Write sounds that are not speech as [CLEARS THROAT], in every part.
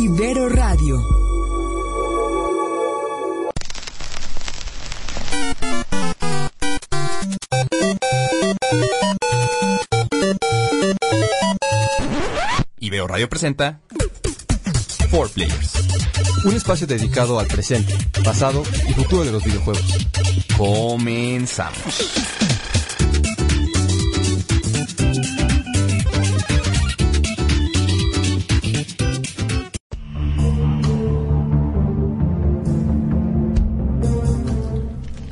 Ibero Radio. Ibero Radio presenta Four Players, Un espacio dedicado al presente, pasado y futuro de los videojuegos. comenzamos.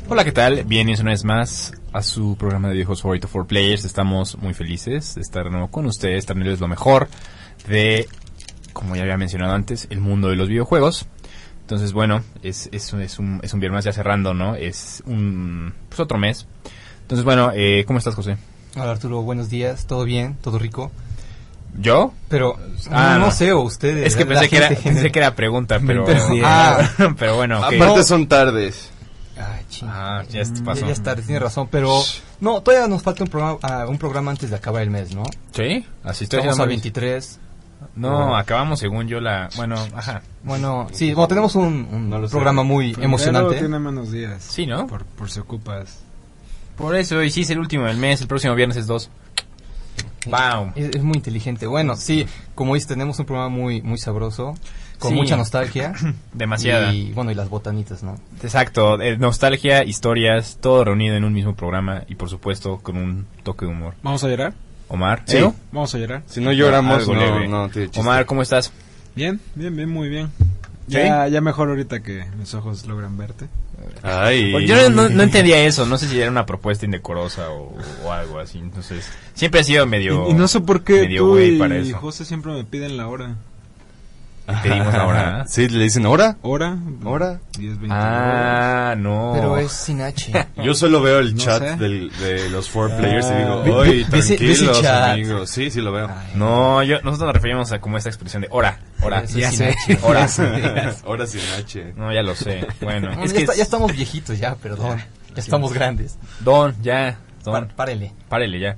Hola, ¿qué tal? Bienvenidos una vez más a su programa de viejos favorito for players. Estamos muy felices de estar de nuevo con ustedes, es lo mejor de, como ya había mencionado antes, el mundo de los videojuegos. Entonces, bueno, es, es, es un, es un viernes ya cerrando, ¿no? Es un, pues otro mes. Entonces, bueno, eh, ¿cómo estás, José? Hola Arturo, buenos días, todo bien, todo rico. ¿Yo? Pero Ah, no, no. sé, o ustedes. Es que la- la pensé que, era, gente pensé que era pregunta, [LAUGHS] pero, perdí. ah, pero bueno, ok. Aparte son tardes. Ay, ching. Ah, ya te Mm, pasó. Ya, ya es tarde, tienes razón, pero no, todavía nos falta un programa, ah, un programa antes de acabar el mes, ¿no? Sí, así estoy Estamos haciendo a mal. 23. No, acabamos según yo la... Bueno, ajá. Bueno, sí, bueno, tenemos un, un programa muy emocionante. tiene menos días. Sí, ¿no? Por, por si ocupas. Por eso, y sí es el último del mes, el próximo viernes es 2. Wow. Es, es muy inteligente. Bueno, sí, como dices, tenemos un programa muy, muy sabroso, con Sí. mucha nostalgia. [COUGHS] Demasiada. Y bueno, y las botanitas, ¿no? Exacto, eh, nostalgia, historias, todo reunido en un mismo programa y por supuesto con un toque de humor. ¿Vamos a llorar? Omar, Sí. ¿eh? ¿Vamos a llorar? Si no lloramos, Algo no, leve. no tiene chiste. Omar, ¿cómo estás? Bien, bien, bien, muy bien. ¿Sí? Ya, ya mejor ahorita que mis ojos logran verte. Ay. Yo no, no- no [LAUGHS] entendía eso, no sé si era una propuesta indecorosa o, o algo así, entonces siempre he sido medio... y, y no sé por qué medio tú güey y para eso. José siempre me piden la hora. y pedimos ahora. Sí, le dicen hora. ¿Hora? ¿Hora? 10, 20. Ah, no. Pero es [LAUGHS] sin H. Yo solo veo el No chat sé. Ah. del- de los four players y Ve- digo, ¡ay, ve- ve ese- ve ese tranquilos, chat". amigos! Sí, sí lo veo. Ah. No, yo, nosotros nos referimos a como esta expresión de hora, hora. Eso es sin H. Hora. [LAUGHS] Hora sin H. No, ya lo sé. [LAUGHS] Bueno, Bueno, es ya, que está- ya es- estamos viejitos, ya, perdón. Ya estamos grandes. Don, ya, Pa- Don, párele. párele ya.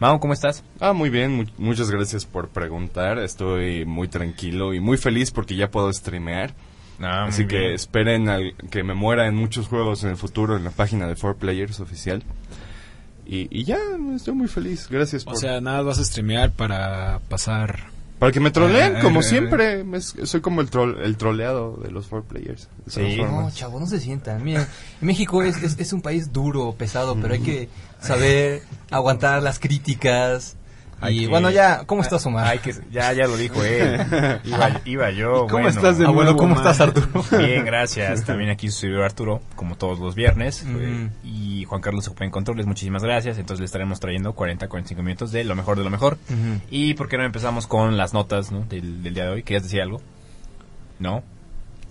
Mau, ¿cómo estás? Ah, muy bien. mu- muchas gracias por preguntar. Estoy muy tranquilo y muy feliz porque ya puedo streamear. No, Así que esperen al, que me muera en muchos juegos en el futuro en la página de four players oficial. Y, y ya, estoy muy feliz. Gracias por... O sea, nada, vas a streamear para pasar. Para que me troleen, Ah, como ah, siempre. Me- soy como el, trol- el troleado de los four players. de todas Sí. formas. No, chavo, no se sientan. Miren, México es, es, es un país duro, pesado, pero hay que saber aguantar las críticas. Hay y que- bueno, ya, ¿cómo estás, Omar? Ay, que ya, ya lo dijo él. [LAUGHS] Iba, iba yo. ¿Y cómo bueno. estás de Abuelo, nuevo, ¿cómo Omar? estás, Arturo? Bien, gracias. También aquí su servidor Arturo, como todos los viernes. Ujú. eh, Y Juan Carlos Ocupa en Controles, muchísimas gracias. Entonces le estaremos trayendo 40, 45 minutos de lo mejor de lo mejor. Ujú. Y por qué no empezamos con las notas ¿no? del, del día de hoy. ¿Querías decir algo? ¿No?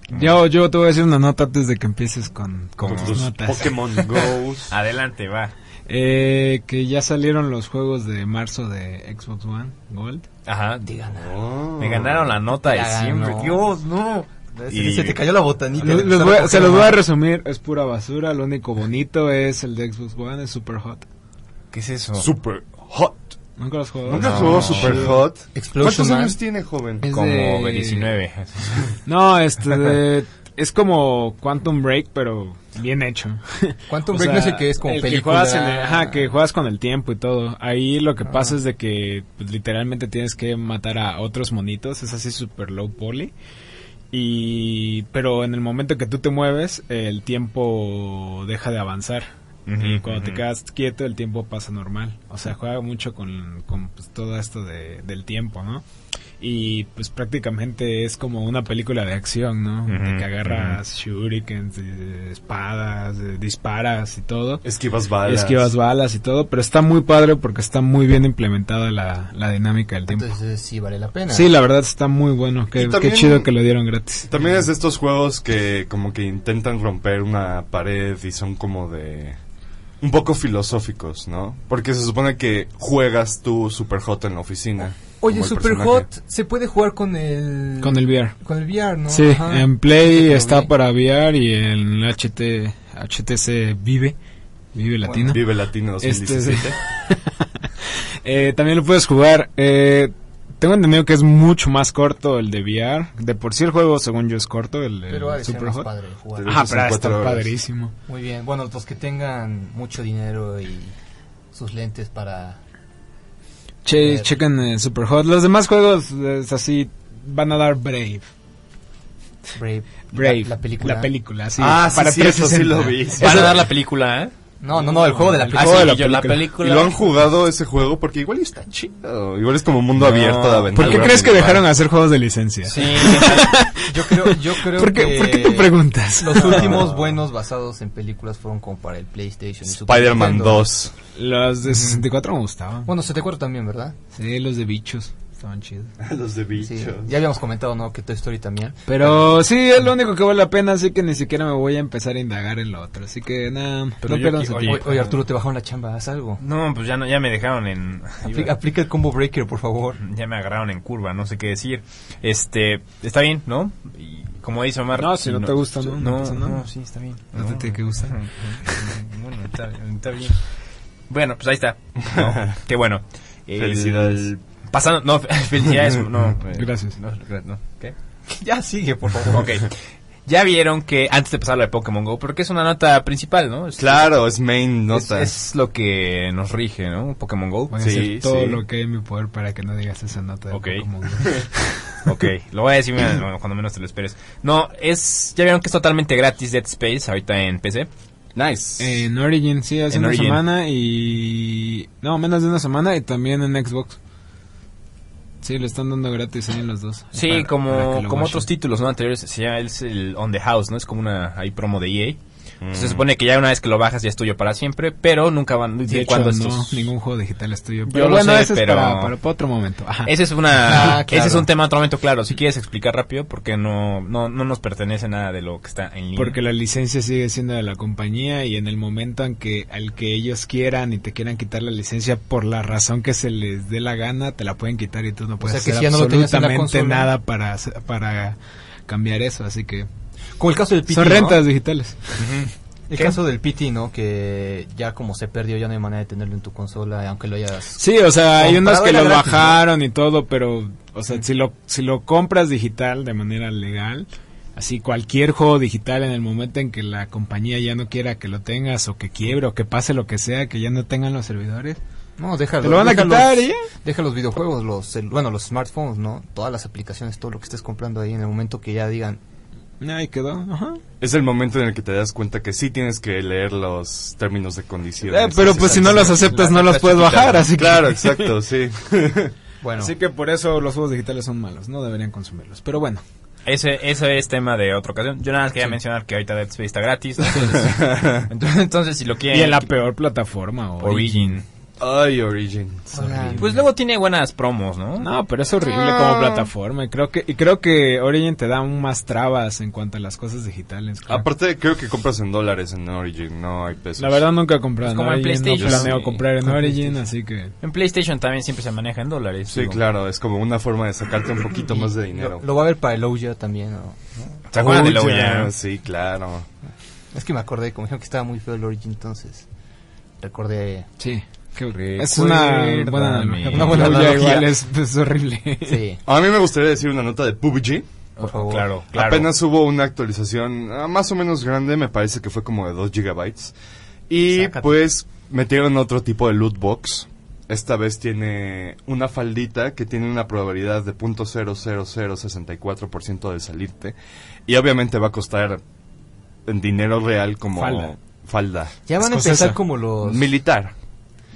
Mm. Yo, yo te voy a decir una nota antes de que empieces con, con Con tus tus [LAUGHS] notas. Pokémon Go. Adelante, va. Eh, que ya salieron los juegos de marzo de Xbox One Gold. Ajá. Digan. Ah, Me ganaron la nota de Ya siempre. ganó. Dios, no. Se, se te cayó la botanita. Los- Te los empezaron voy a- a se coger, los voy a Omar. resumir, es pura basura, lo único bonito es el de Xbox One, es Super Hot. ¿Qué es eso? Oh. Super Hot. ¿Nunca los jugó? ¿Nunca No. jugó Super Hot? Explosion ¿Cuántos Man. años tiene, joven? Es Como de- 19. No, este [LAUGHS] de- es como Quantum Break, pero bien [LAUGHS] hecho. Quantum O Break no sea, sé qué es como el Que película. juegas en el- ajá, que juegas con el tiempo y todo. Ahí lo que Ah. pasa es de que pues, literalmente tienes que matar a otros monitos, es así super low poly. Y pero en el momento que tú te mueves, el tiempo deja de avanzar. Y [LAUGHS] Ujú, cuando te ujú. quedas quieto, el tiempo pasa normal. O sea, juega mucho con, con, pues, todo esto de, del tiempo, ¿no? Y pues prácticamente es como una película de acción, ¿no? De Ujú, que agarras shurikens, eh, espadas, eh, disparas y todo. Esquivas balas. Esquivas balas y todo. Pero está muy padre porque está muy bien implementada la, la dinámica del tiempo. Entonces sí vale la pena. Sí, la verdad está muy bueno. Qué, Ah, Y qué también- chido que lo dieron gratis. También es de estos juegos que como que intentan romper una pared y son como de... Un poco filosóficos, ¿no? Porque se supone que juegas tú Super Hot en la oficina. Oye, como el Super personaje. Hot se puede jugar con el... Con el VR. con el VR, ¿no? Sí, Ajá. en Sí, Play lo está vi. para VR y en HT, HTC Vive, Vive Latino. Vive Latino Este, 2017. eh, también lo puedes jugar. eh, Tengo entendido que es mucho más corto el de VR. De por sí el juego, según yo, es corto, el, el Pero ha de ser más Superhot. padre jugar. Pero Ajá, son pero está cuatro horas. padrísimo. Muy bien. Bueno, los que tengan mucho dinero y sus lentes para... Che, Pero- chequen eh, Superhot. Los demás juegos es así van a dar Brave. Brave. Brave. La, la película. La película, sí. Ah, sí, sí, eso sí 360. lo vi. Van a dar la película, ¿eh? No, no, no, el juego de la El Ah, película. juego sí, de la yo, la ¿Y película. lo han jugado ese juego? Porque igual y está chido. Igual es como mundo No, abierto de aventura. ¿Por qué crees que principal. dejaron hacer juegos de licencia? Sí, [LAUGHS] Yo creo, yo creo ¿Por, qué, que... ¿Por qué te preguntas? Los últimos buenos basados en películas fueron como para el PlayStation y Super Spider-Man Nintendo. 2. Los de 64 me gustaban. Bueno, se te acuerda también, ¿verdad? Sí, los de bichos. Estaban chidos. Los de bichos. Sí. Ya habíamos comentado, ¿no? Que Toy Story también. Pero sí, es lo único que vale la pena, así que ni siquiera me voy a empezar a indagar en lo otro. Así que nada, no Pero yo pierdan que- su oye, tiempo. Oye, oye, Arturo, te bajaron la chamba, haz algo. no, pues ya, no, ya me dejaron en. Apli- aplica el combo breaker, por favor. Ya me agarraron en curva, no sé qué decir. Este, está bien, ¿no? Y como dice Omar. No, si no te gusta, no, no No, pasa no, nada. sí, está bien. No te tiene que gustar. [LAUGHS] Bueno, está, está bien. Bueno, pues ahí está. [LAUGHS] ¿no? Qué bueno. El- Felicidades. pasando, no, [LAUGHS] felicidades. No, eh, Gracias. No, gra- no, ¿qué? [LAUGHS] Ya sigue, por favor. Ok. Ya vieron que antes de pasar lo de Pokémon Go, porque es una nota principal, ¿no? Es- Claro, es main Es, nota. es lo que nos rige, ¿no? Pokémon Go. Voy a Sí, hacer todo sí. lo que hay en mi poder para que no digas esa nota de Ok. [LAUGHS] Pokémon. Ok, lo voy a decir bueno, cuando menos te lo esperes. No, es. Ya vieron que es totalmente gratis Dead Space ahorita en PC. Nice. En Origin, sí, hace En una Origin. semana y... No, menos de una semana y también en Xbox. Sí, lo están dando gratis ahí en los dos. Sí, Para- para que como, lo como watchen. otros títulos ¿no? anteriores. Se llama es el On the House, ¿no? Es como una ahí promo de EA. Mm. Se supone que ya una vez que lo bajas ya es tuyo para siempre, pero nunca van. De hecho, cuando no, estos- ningún juego digital es tuyo. Yo Pero lo bueno, sé, ese pero- es para, para- para otro momento. Ajá. Ese es una, Ah, claro. ese es un tema en otro momento claro. Si quieres explicar rápido, porque no, no, no nos pertenece nada de lo que está en línea. Porque la licencia sigue siendo de la compañía y en el momento en que al que ellos quieran y te quieran quitar la licencia por la razón que se les dé la gana, te la pueden quitar y tú no puedes sea, que hacer si ya no lo tenías en la absolutamente consola. nada para, hacer- para cambiar eso, así que Como el caso del PT, son ¿no? rentas digitales. El ¿Qué? caso del PT, ¿no? Que ya como se perdió, ya no hay manera de tenerlo en tu consola, aunque lo hayas... Sí, o sea, hay unos Comprado que era lo gratis, ¿no? bajaron y todo, pero, o sea, si lo, si lo compras digital de manera legal, así cualquier juego digital en el momento en que la compañía ya no quiera que lo tengas o que quiebre o que pase lo que sea, que ya no tengan los servidores, No, déjalo. te lo van a deja quitar eh? los- y ya. Deja los videojuegos, los, cel- bueno, los smartphones, ¿no? Todas las aplicaciones, todo lo que estés comprando ahí en el momento que ya digan... Ahí quedó, ajá. Es el momento en el que te das cuenta que sí tienes que leer los términos de condiciones. Eh, pero pues si no los aceptas no los puedes bajar, así que... [LAUGHS] Claro, exacto, sí. Bueno, Así que por eso los juegos digitales son malos, no deberían consumirlos. Pero bueno, Ese, ese es tema de otra ocasión. Yo nada más quería mencionar que ahorita Dead Space está gratis. Entonces, [LAUGHS] entonces, entonces, si lo quieren. y en la peor plataforma, Origin. Origin. Ay, Origin. hola. Pues luego tiene buenas promos, ¿no? No, pero es horrible como plataforma. Y creo que, y creo que Origin te da aún más trabas en cuanto a las cosas digitales. creo. Aparte, creo que compras en dólares en Origin, no hay pesos. La verdad nunca he comprado Es en como en Origin, no PlayStation, planeo sí. comprar en Como Origin, así que... En PlayStation también siempre se maneja en dólares. Sí, digo. claro, es como una forma de sacarte un poquito más de dinero. lo, lo va a ver para el Ouya también, ¿no? ¿Se acuerdan de Uy, Low ya, Jam? Sí, claro. Es que me acordé, como dijeron que estaba muy feo el Origin, entonces... [LAUGHS] Recordé... Sí. Es una Recuérdame. buena analogía. Una buena La analogía analogía. [LAUGHS] igual es, es horrible. Sí, A mí me gustaría decir una nota de PUBG. por favor. Claro, claro. Apenas hubo una actualización ah, más o menos grande, me parece que fue como de 2 gigabytes. Y Sácate. pues metieron otro tipo de loot box. Esta vez tiene una faldita que tiene una probabilidad de 0.00064% de salirte. Y obviamente va a costar en dinero real como Falda. falda. Ya van a Escocesa. empezar como los... Militar,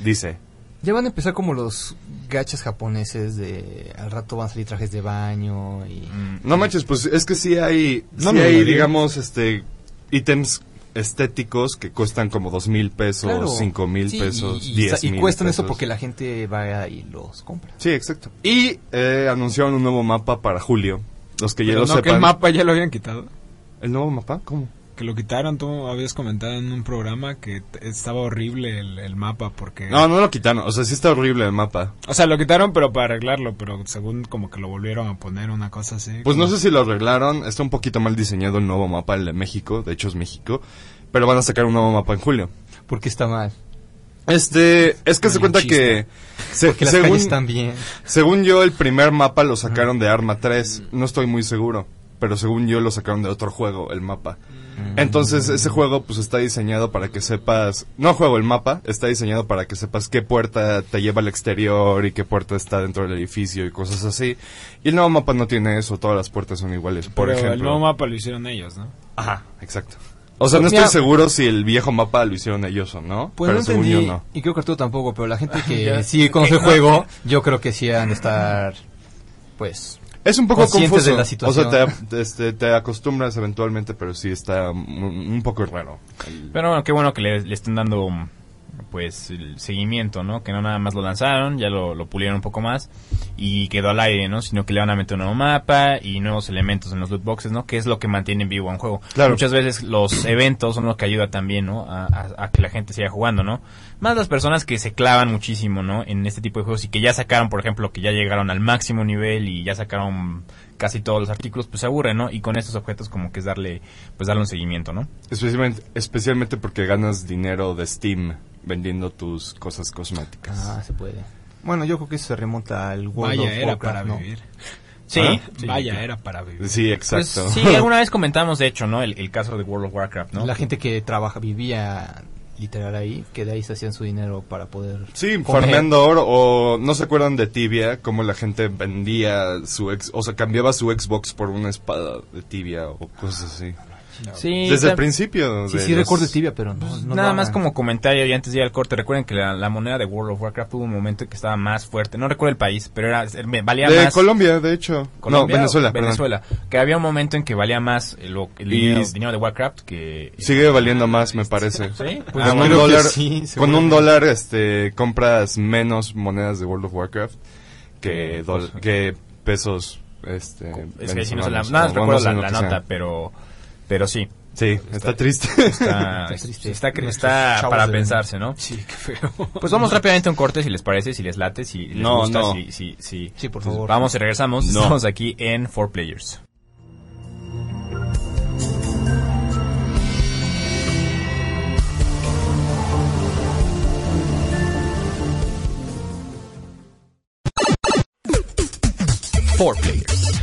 dice. Ya van a empezar como los gachas japoneses de al rato van a salir trajes de baño y Mm. No manches, pues es que sí hay, No sí me hay molaría. digamos, este, ítems estéticos que cuestan como dos mil pesos, Claro. cinco mil Sí, pesos, y, y diez sa- y mil cuestan eso pesos. porque la gente va y los compra. Sí, exacto. Y eh, anunciaron un nuevo mapa para julio. Los que ya Pero lo no, que sepan. el mapa ya lo habían quitado. ¿El nuevo mapa? ¿Cómo? Que lo quitaron, tú habías comentado en un programa que t- estaba horrible el, el mapa porque... No, no lo quitaron. O sea, sí está horrible el mapa. O sea, lo quitaron pero para arreglarlo, pero según como que lo volvieron a poner una cosa así. Pues no como- sé si lo arreglaron. Está un poquito mal diseñado el nuevo mapa, el de México. De hecho, es México. Pero van a sacar un nuevo mapa en julio. Porque está mal. Este, es que se cuenta que, Malinchista. se- Que las según, calles están bien. según yo, el primer mapa lo sacaron de Arma 3. No estoy muy seguro. Pero según yo, lo sacaron de otro juego, el mapa. Mm. Entonces, ese juego, pues, está diseñado para que sepas... No juego, el mapa está diseñado para que sepas qué puerta te lleva al exterior y qué puerta está dentro del edificio y cosas así. Y el nuevo mapa no tiene eso. Todas las puertas son iguales, por Pero ejemplo. el nuevo mapa lo hicieron ellos, ¿no? Ajá, exacto. O sea, no estoy Mira- seguro si el viejo mapa lo hicieron ellos o no. Pues pero no según entendí, yo, no. y creo que Arturo tampoco, pero la gente Ya. que sí conoce el juego, yo creo que sí han de estar, pues... Es un poco conscientes confuso. de la situación. O sea, te, este, te acostumbras eventualmente, pero sí está un, un poco raro. El- Pero bueno, qué bueno que le, le estén dando mm, pues el seguimiento, ¿no? Que no nada más lo lanzaron, ya lo, lo pulieron un poco más y quedó al aire, ¿no? Sino que le van a meter un nuevo mapa y nuevos elementos en los loot boxes, ¿no? Que es lo que mantiene en vivo a un juego. Claro. Muchas veces los eventos son los que ayuda también, ¿no? A, a- a que la gente siga jugando, ¿no? Más las personas que se clavan muchísimo, ¿no? En este tipo de juegos y que ya sacaron, por ejemplo, que ya llegaron al máximo nivel y ya sacaron casi todos los artículos, pues se aburren, ¿no? Y con estos objetos como que es darle, pues darle un seguimiento, ¿no? especialmente, especialmente porque ganas dinero de Steam vendiendo tus cosas cosméticas. ah, se puede. Bueno, yo creo que eso se remonta al World Vaya, of era Warcraft, para ¿no? vivir. Sí, ¿Ah? Vaya, era para vivir. Sí, Pues exacto. sí, alguna vez comentamos, de hecho, ¿no? El, el caso de World of Warcraft, ¿no? La gente que trabaja, vivía literal ahí, que de ahí se hacían su dinero para poder... [LAUGHS] Sí, comer. farmeando oro, o no se acuerdan de Tibia, cómo la gente vendía su ex, o sea, cambiaba su Xbox por una espada de Tibia o cosas así. sí, Desde el tam- principio. Sí, de sí los- recuerdo Tibia, pero no, no Pues Nada lo más hagan. como comentario y antes de ir al corte, recuerden que la, la moneda de World of Warcraft tuvo un momento en que estaba más fuerte. No recuerdo el país, pero era, er, me- valía De más. Colombia, de hecho. no, Colombia o Venezuela, perdón. Venezuela. Que había un momento en que valía más el, lo- el Y- dinero, el dinero de Warcraft que. Sigue valiendo más, me parece. ¿Sí? Pues Ah, creo con, un que dólar, sí, con un seguramente. dólar este, compras menos monedas de World of Warcraft que, dol- que pesos. Este, Pues, es que si no se la. venezolanos, Nada, o más recuerdo vamos la, a lo la que sea. nota, pero. Pero sí. Sí, está, triste. [LAUGHS] [LAUGHS] Está, Está triste. está, está, Nuestros chavos para de- pensarse, ¿no? Sí, qué feo. Pues vamos rápidamente a un corte si les parece, si les late, si les No, gusta, no. si, si, si. Sí, por Entonces, favor. Vamos y regresamos. No. Estamos aquí en Four Players. Four Players.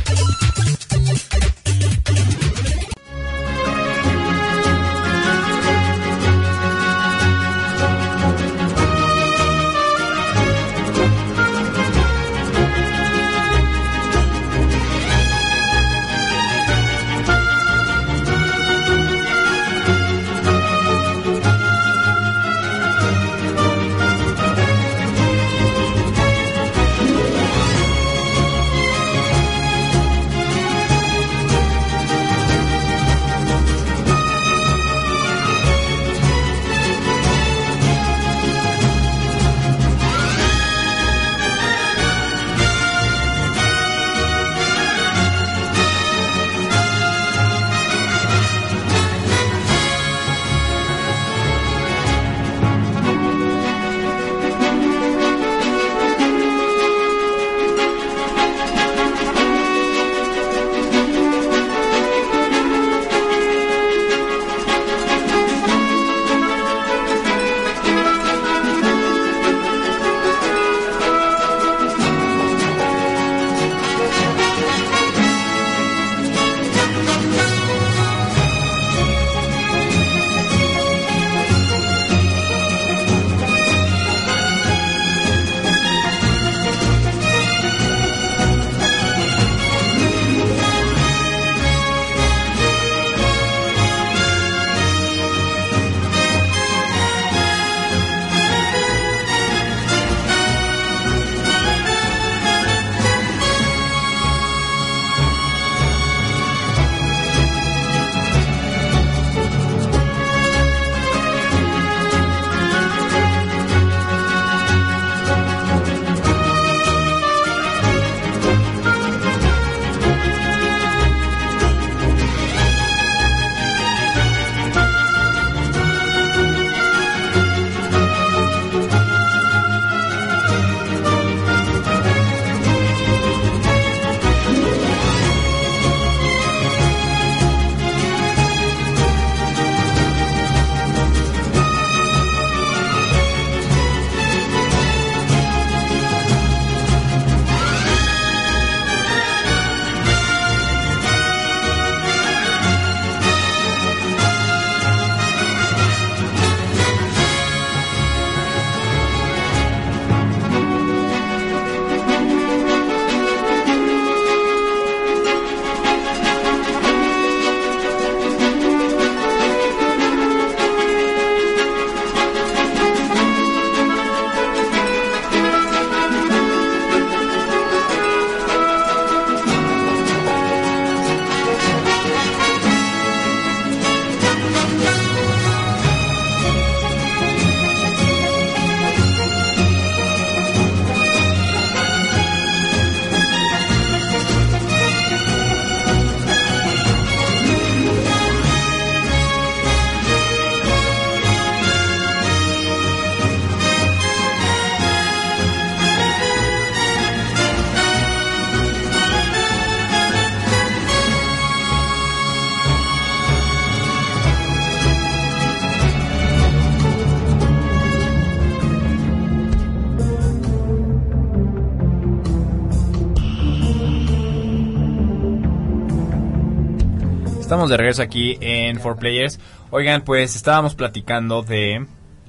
Estamos de regreso aquí en 4Players. Oigan, pues estábamos platicando de...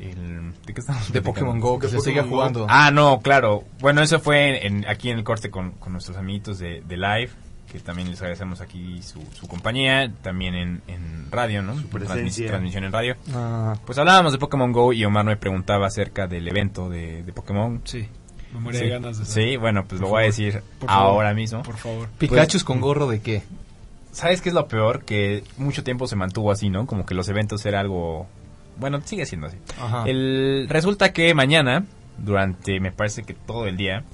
el- ¿De qué estábamos De platicando? Pokémon Go, que De se sigue Pokémon Go. jugando. Ah, no, claro. Bueno, eso fue en- en- aquí en el corte con, con nuestros amiguitos de, de Live, que también les agradecemos aquí su, su compañía, también en, en radio, ¿no? Su presencia. transmisión en radio. Ah, Pues hablábamos de Pokémon Go y Omar me preguntaba acerca del evento de, de Pokémon. Sí, me moría sí. de ganas de Sí, bueno, pues lo Por voy a favor, decir por favor, ahora mismo. Por favor. Pikachu Pues, mm. con gorro de qué? ¿Sabes qué es lo peor? Que mucho tiempo se mantuvo así, ¿no? Como que los eventos era algo... Bueno, sigue siendo así. Ajá. El, resulta que mañana, durante me parece que todo el día,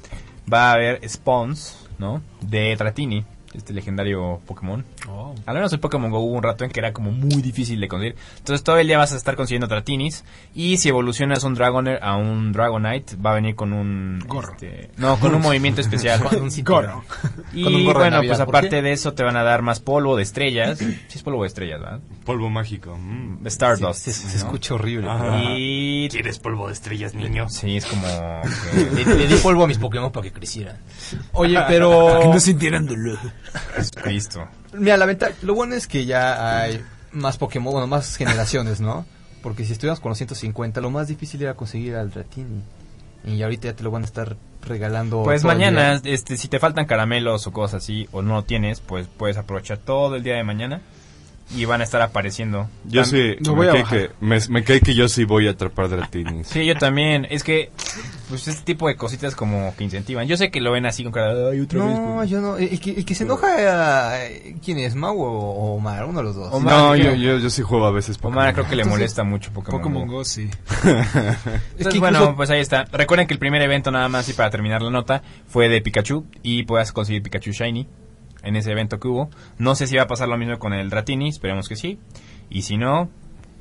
va a haber spawns, ¿no? De Tratini, este legendario Pokémon. Oh. Al menos en Pokémon Go hubo un rato en que era como muy difícil de conseguir. Entonces todo el día vas a estar consiguiendo Tratinis. Y si evolucionas un Dragonair a un Dragonite, va a venir con un... Gorro. este, no, con un movimiento especial. [LAUGHS] Con un Gorro. Y Con un gorro de bueno, Navidad, pues ¿por qué? aparte de eso te van a dar más polvo de estrellas. [CLEARS THROAT] Sí es polvo de estrellas, ¿verdad? Polvo mágico. mm. Stardust. Se, se ¿no? escucha horrible. Ajá. [LAUGHS] Y... ¿Quieres polvo de estrellas, niño? Sí, es [LAUGHS] como... que- Le, le di polvo a mis Pokémon para que crecieran. [LAUGHS] Oye, pero... sintieran dolor. Cristo. Mira, la ventaja... Lo bueno es que ya hay más Pokémon, bueno, más generaciones, ¿no? Porque si estuvimos con los 150, lo más difícil era conseguir al Dratini. Y ahorita ya te lo van a estar regalando. Pues todo el mañana, día. este, si te faltan caramelos o cosas así, o no tienes, pues puedes aprovechar todo el día de mañana y van a estar apareciendo. Yo Tam- sí, me Lo voy a cae bajar. que- me, me cae que yo sí voy a [LAUGHS] atrapar dratinis. Sí, yo también. Es que, pues este tipo de cositas como que incentivan. Yo sé que lo ven así con cara de, ay, otra vez. No, pues". yo no. El que, el que se enoja, eh, ¿quién es? ¿Mau o Omar? Uno de los dos. Omar, no, creo- yo, yo, yo sí juego a veces Pokémon. Omar creo que le Entonces, molesta mucho Pokémon, Pokémon Go. Go, sí. Es Entonces, que bueno, incluso- pues ahí está. Recuerden que el primer evento nada más y para terminar la nota fue de Pikachu y puedas conseguir Pikachu Shiny en ese evento que hubo. No sé si va a pasar lo mismo con el Ratini, esperemos que sí. Y si no,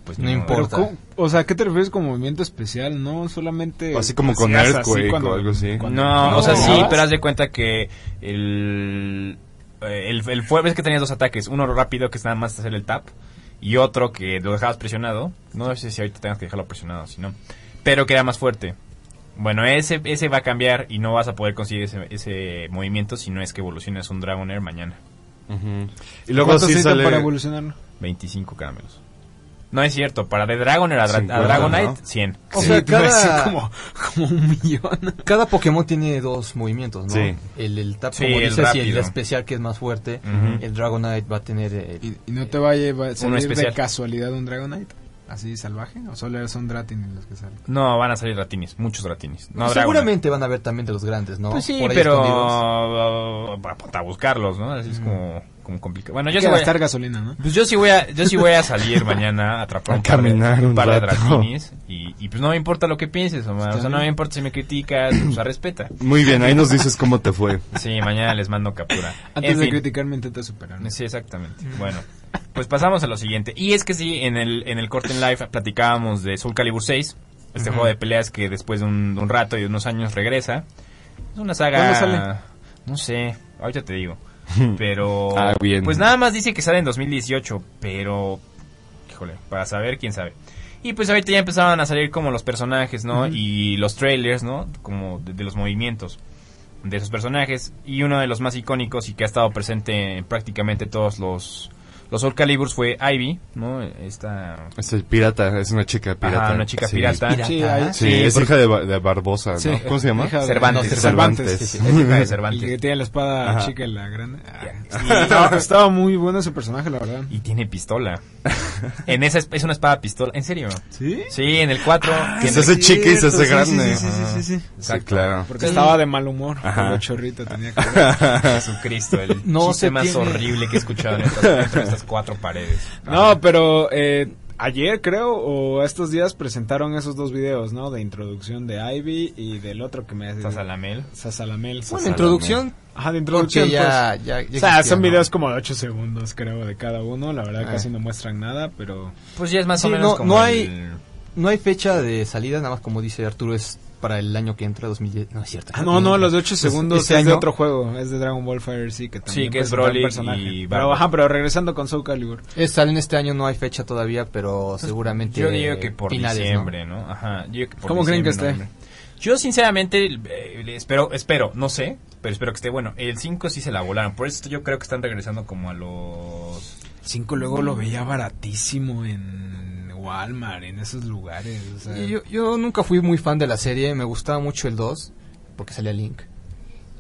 pues No ni modo. Pero, importa. ¿cómo- o sea, ¿qué te refieres con movimiento especial? No solamente... Así como con hacías así Earthquake cuando- o algo así. cuando- No, o sea, sí, ¿no? pero haz de cuenta que el. eh, El, el fue- ves que tenías dos ataques. Uno rápido, que es nada más hacer el tap. Y otro que lo dejabas presionado. No sé si ahorita tengas que dejarlo presionado, si no. Pero que era más fuerte. Bueno, ese, ese va a cambiar y no vas a poder conseguir ese, ese movimiento si no es que evoluciones un Dragonair mañana. Ujú. Y luego ¿Cuánto sí necesitan sale... para evolucionarlo? 25 caramelos. No es cierto, para de Dragonair a, Dra- a 50, Dragonite, 100. O [LAUGHS] sea, te iba a decir cada- como, como un millón. Cada Pokémon tiene dos movimientos, ¿no? Sí. El, el tap, Sí, como el dices, y el rápido. especial que es más fuerte. Ujú. El Dragonite va a tener eh, el- ¿Y, y no te va a llevar Uno salir especial. de casualidad un Dragonite? ¿Así salvaje? ¿O solo son Dratin los que salen? No, van a salir ratinis, muchos ratinis. No, Dragonite. Seguramente van a haber también de los grandes, ¿no? Pues sí, Por ahí escondidos. pero uh, para, para buscarlos, ¿no? Así es como, como complicado. Bueno, yo Hay sí, que voy gastar a, gasolina, ¿no? pues yo sí voy a, yo sí voy a salir mañana a atrapar A un par de, caminar un par de rato. dratinis y, y pues no me importa lo que pienses, Omar. O sea, no me importa si me criticas, o sea, respeta. Muy bien, ahí nos dices cómo te fue. Sí, mañana les mando captura. Antes En de fin. criticarme intenta superarme. Sí, exactamente. Bueno, pues pasamos a lo siguiente. Y es que sí, en el, en el corte en live platicábamos de Soul Calibur 6, este juego de peleas que después de un, de un rato y de unos años regresa. Es una saga... ¿Cuándo sale? No sé, ahorita te [LAUGHS] digo. Pero... Ah, bien. Pues nada más dice que sale en 2018, pero... Híjole, para saber, quién sabe. Y pues ahorita ya empezaban a salir como los personajes, ¿no? Y los trailers, ¿no? Como de- de los movimientos de esos personajes y uno de los más icónicos y que ha estado presente en prácticamente todos los los Soul Caliburs fue Ivy, ¿no? Esta Es el pirata, es una chica pirata. Ajá, una chica Sí. pirata, Pirata. Ah, Sí, ahí- Sí, Sí, es porque- hija de, Ba- de Barbosa, ¿no? Sí. ¿Cómo se llama? Hija de- Cervantes. no, Cervantes. Sí, sí. es hija de El que Cervantes. tiene la espada Ajá. chica y la grande. Ah. Y- Estaba- Estaba muy bueno ese personaje, la verdad. Y tiene [LAUGHS] pistola. En esa es, es una espada pistola, ¿en serio? ¿Sí? Sí, en el 4 Que se hace [LAUGHS] chica y se hace grande. Sí, sí, sí, sí, sí. Sí, claro. Porque estaba de mal humor. Ajá. Puro chorrito tenía que Jesucristo, el No chiste se más tiene. horrible que he escuchado en estas, entre estas cuatro paredes. No, pero eh, ayer creo, o estos días, presentaron esos dos videos, ¿no? De introducción de Ivy y del otro que me hace. Estás a la mel. Sasalamel. Bueno, introducción, Ajá, de introducción. porque ya, pues. ya, ya o sea, existía, son ¿no? videos como de 8 segundos, creo, de cada uno. La verdad, Ah. casi no muestran nada, pero. Pues ya es más Sí, o menos no- como no hay- el- No hay fecha de salida, nada más como dice Arturo, es para el año que entra, 2010. No, es cierto. Ah, no, no, los de 8 segundos este es de año- otro juego. Es de Dragon Ball Fire, sí, que también Sí, que es presentaron Broly personaje. y Pero, Bardock. ajá, pero regresando con Soul Calibur. Es- salen este año, no hay fecha todavía, pero seguramente. Pues, Yo digo que por finales, ¿no? diciembre, ¿no? Ajá. yo digo que por ¿Cómo creen que diciembre, esté? noviembre. Yo sinceramente eh, espero, espero, no sé, pero espero que esté bueno. El 5 sí se la volaron, por eso yo creo que están regresando como a los 5 luego lo veía baratísimo en Walmart, en esos lugares. o sea, Y Yo, yo nunca fui muy fan de la serie, me gustaba mucho el 2, porque salía Link.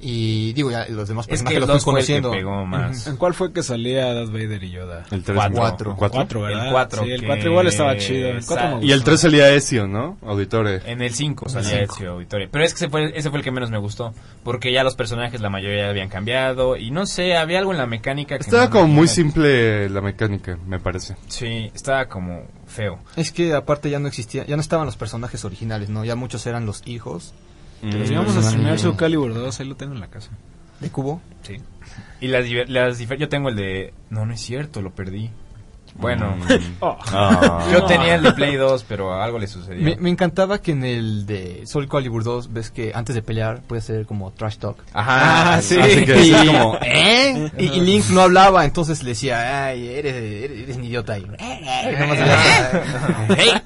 Y digo, ya los demás Es personajes que el los fui 2 fue el que conociendo. pegó más. Ah. ¿En cuál fue que salía Darth Vader y Yoda? El Cuatro. 4. Cuatro, ¿verdad? El cuatro, Sí, el que- 4 igual estaba chido. El cuatro me Y el gustó. 3 salía Ezio, ¿no? Auditore. En el 5 el salía cinco. Ezio Auditore. Pero es que ese fue, ese fue el que menos me gustó. Porque ya los personajes, la mayoría habían cambiado. Y no sé, había algo en la mecánica que. Estaba no- como muy no- simple la mecánica, me parece. Sí, estaba como feo. Es que aparte ya no existía, ya no estaban los personajes originales, ¿no? Ya muchos eran los hijos Pues Mm. íbamos a Sí. streamear su Calibur 2, ahí lo tengo en la casa. de Cubo. Sí. Y las, diver- las difer- Yo tengo el de. No, no es cierto, lo perdí. Bueno. Mm. [LAUGHS] Oh. Ah. Yo tenía el de Play 2, pero algo le sucedió. Me, me encantaba que en el de Soul Calibur 2 ves que antes de pelear puede ser como trash talk. Ajá. Ah, [LAUGHS] sí. Así que [LAUGHS] Y- es como, ¿eh? Y, y Link no hablaba, entonces le decía, ay, eres, eres, eres un idiota. Y, nada más le hacía, "Eh".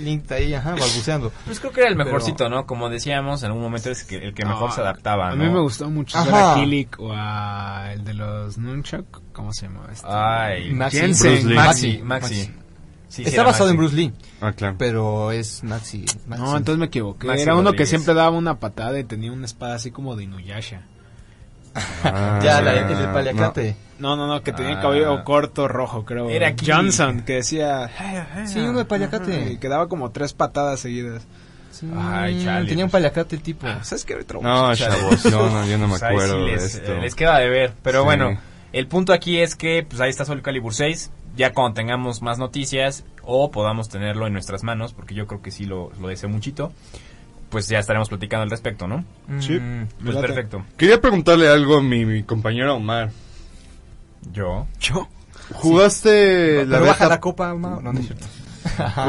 Link está ahí, ajá, balbuceando. Pues creo que era el Pero- mejorcito, ¿no? Como decíamos, en algún momento es que el que mejor No, se adaptaba, A ¿no? mí me gustó mucho Ajá. ver a Killick o a el de los Nunchuck. ¿Cómo se llama este? Ay. Maxi. Jensen. Bruce Lee. Maxi, Maxi. Sí, sí Está era basado en Maxi. Bruce Lee, Ah, claro. pero es Maxi. Maxi. No, entonces me equivoqué. Maxi Era uno que Rodríguez. siempre daba una patada y tenía una espada así como de Inuyasha. Ah, Ya, la, el del paliacate. No, no, no, que tenía Ah. cabello corto rojo, creo. eh, Era Killick. Johnson, que decía... "Hey, hey, Sí, Ah. uno de paliacate. ajá, Y que daba como tres patadas seguidas. Sí, Ay, chale. Tenía un paliacate el Ah. tipo. ¿Sabes qué? Ahorita lo voy a No, no, escuchar. chavos, no, no, yo no [LAUGHS] me Pues ahí sí acuerdo de les, esto. eh, les queda de ver. Pero Sí. bueno, el punto aquí es que pues ahí está Soul Calibur 6. Ya cuando tengamos más noticias o podamos tenerlo en nuestras manos, porque yo creo que sí lo, lo deseo muchito, pues ya estaremos platicando al respecto, ¿no? Sí. Mm, Pues Late. perfecto. Quería preguntarle algo a mi, mi compañero Omar. Yo. ¿Yo? ¿Jugaste la Pero baja beta? la copa, Mau. No, no es cierto.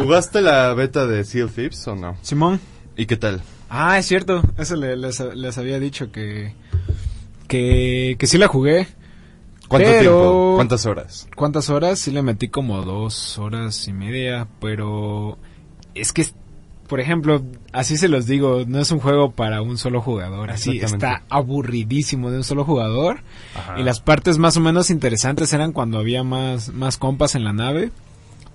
¿Jugaste la beta de Seal Thieves o no? Simón. ¿Y qué tal? Ah, es cierto. Eso le- les, les había dicho que... Que, que sí la jugué. ¿Cuánto Pero- tiempo? ¿Cuántas horas? ¿Cuántas horas? Sí le metí como dos horas y media, pero es que, es- por ejemplo, así se los digo, no es un juego para un solo jugador, así Exactamente. está aburridísimo de un solo jugador. Ajá. Y las partes más o menos interesantes eran cuando había más, más compas en la nave.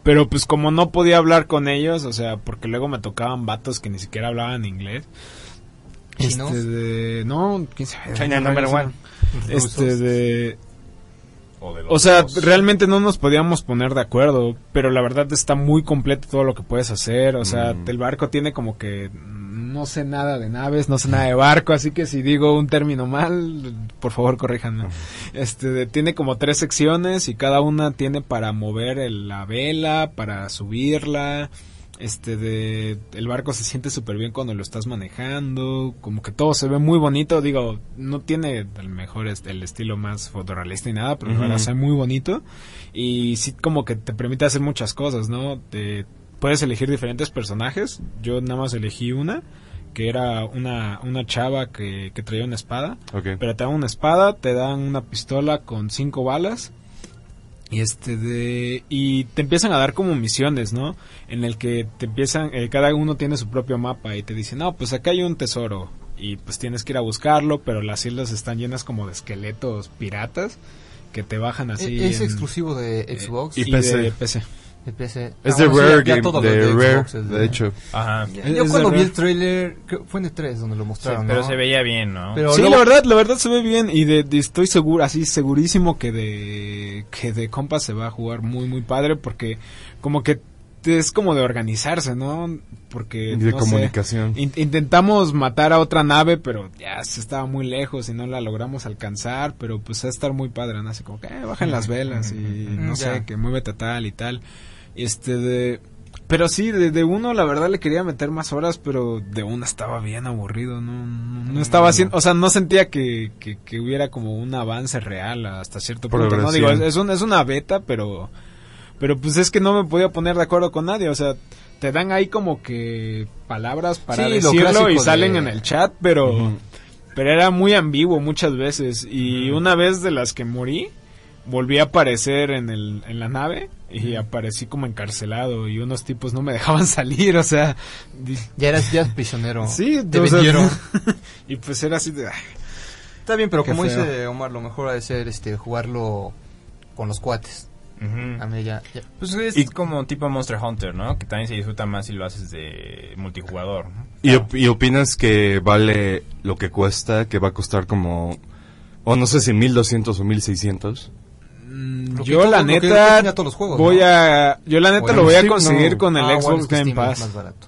Pero pues como no podía hablar con ellos, o sea, porque luego me tocaban vatos que ni siquiera hablaban inglés. ¿Chinos? Este de- no, quién sabe. China number one. Este de... O, de los O sea, dos. realmente no nos podíamos poner de acuerdo, pero la verdad está muy completo todo lo que puedes hacer. O sea, Mm. el barco tiene como que mm, no sé nada de naves, no sé nada de barco, así que si digo un término mal, por favor corríjanme. Este, de- tiene como tres secciones y cada una tiene para mover el- la vela, para subirla. Este de el barco se siente súper bien cuando lo estás manejando, como que todo se ve muy bonito, digo, no tiene el mejor est- el estilo más fotorrealista y nada, pero la Ujú. verdad se ve muy bonito y sí como que te permite hacer muchas cosas, ¿no? Te puedes elegir diferentes personajes. Yo nada más elegí una que era una una chava que que traía una espada Ok. pero te dan una espada, te dan una pistola con cinco balas. Y este de. Y te empiezan a dar como misiones, ¿no? En el que te empiezan. eh, cada uno tiene su propio mapa y te dicen, no, pues acá hay un tesoro. Y pues tienes que ir a buscarlo, pero las islas están llenas como de esqueletos piratas que te bajan así. E-, ¿Es en- exclusivo de eh, Xbox? y, Y PC. de PC. De PC. Es Ah, de bueno, sí, Rare ya- ya Game, todos los de Rare, Xbox es de hecho. Ajá. Es- Yo es cuando de vi Rare. el trailer, creo- fue en E3 donde lo mostraron, Pero ¿no? se veía bien, ¿no? Pero sí, luego- la verdad, la verdad se ve bien y de, de- estoy seguro, así segurísimo que de que de compas se va a jugar muy muy padre porque como que te- es como de organizarse, ¿no? Porque Y de no sé, comunicación. in- intentamos matar a otra nave, pero ya se estaba muy lejos y no la logramos alcanzar, pero pues va a estar muy padre, ¿no? Así como que eh, bajen las velas y no Mm, sé, ya. que muévete tal y tal. Este de pero sí, de, de uno la verdad le quería meter más horas, pero de uno estaba bien aburrido, no, no, no estaba haciendo, o sea, no sentía que, que, que hubiera como un avance real hasta cierto punto, ¿no? Digo, Progresión. es, es un- es una beta, pero, pero pues es que no me podía poner de acuerdo con nadie, o sea, te dan ahí como que palabras para Sí, lo decirlo y clásico salen de- en el chat, pero, Ujú. pero era muy ambiguo muchas veces, y una vez de las que morí, volví a aparecer en, el, en la nave y aparecí como encarcelado y unos tipos no me dejaban [LAUGHS] salir, o sea, di- Ya eras, ya eras prisionero. [LAUGHS] sí, te o sea, [LAUGHS] vendieron. y pues era así de... ah, Está bien, pero Qué como feo. dice Omar, lo mejor ha de ser este, jugarlo con los cuates. Ujú. Ah, mira, ya- ya. Pues es Y- como tipo Monster Hunter, ¿no? Que también se disfruta más si lo haces de multijugador. ¿no? ¿Y, op- y opinas que vale lo que cuesta? Que va a costar como. O no sé si 1200 o 1600. Lo que Mm, yo todo- la lo que- lo que neta tiene a todos los juegos, voy ¿no? a yo la neta Bueno, lo voy a Steam conseguir no. con el Ah, bueno, Xbox es que Game Steam es Pass. más barato.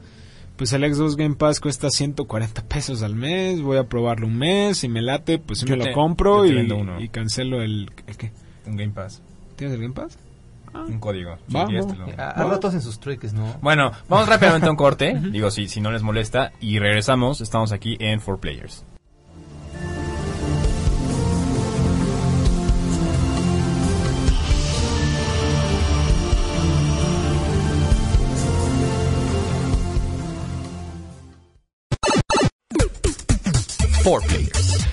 Pues el Xbox Game Pass cuesta 140 pesos al mes, voy a probarlo un mes, si me late, pues sí Yo me te- lo compro yo te y, vendo uno. y cancelo el, el qué? Un Game Pass. ¿Tienes el Game Pass? Un código. Si Vamos. quieres te lo- A- Al rato hacen sus truques, ¿no? Bueno, vamos rápidamente a un corte. Digo, si, si no les molesta. Y regresamos. Estamos aquí en 4 Players. Four Players.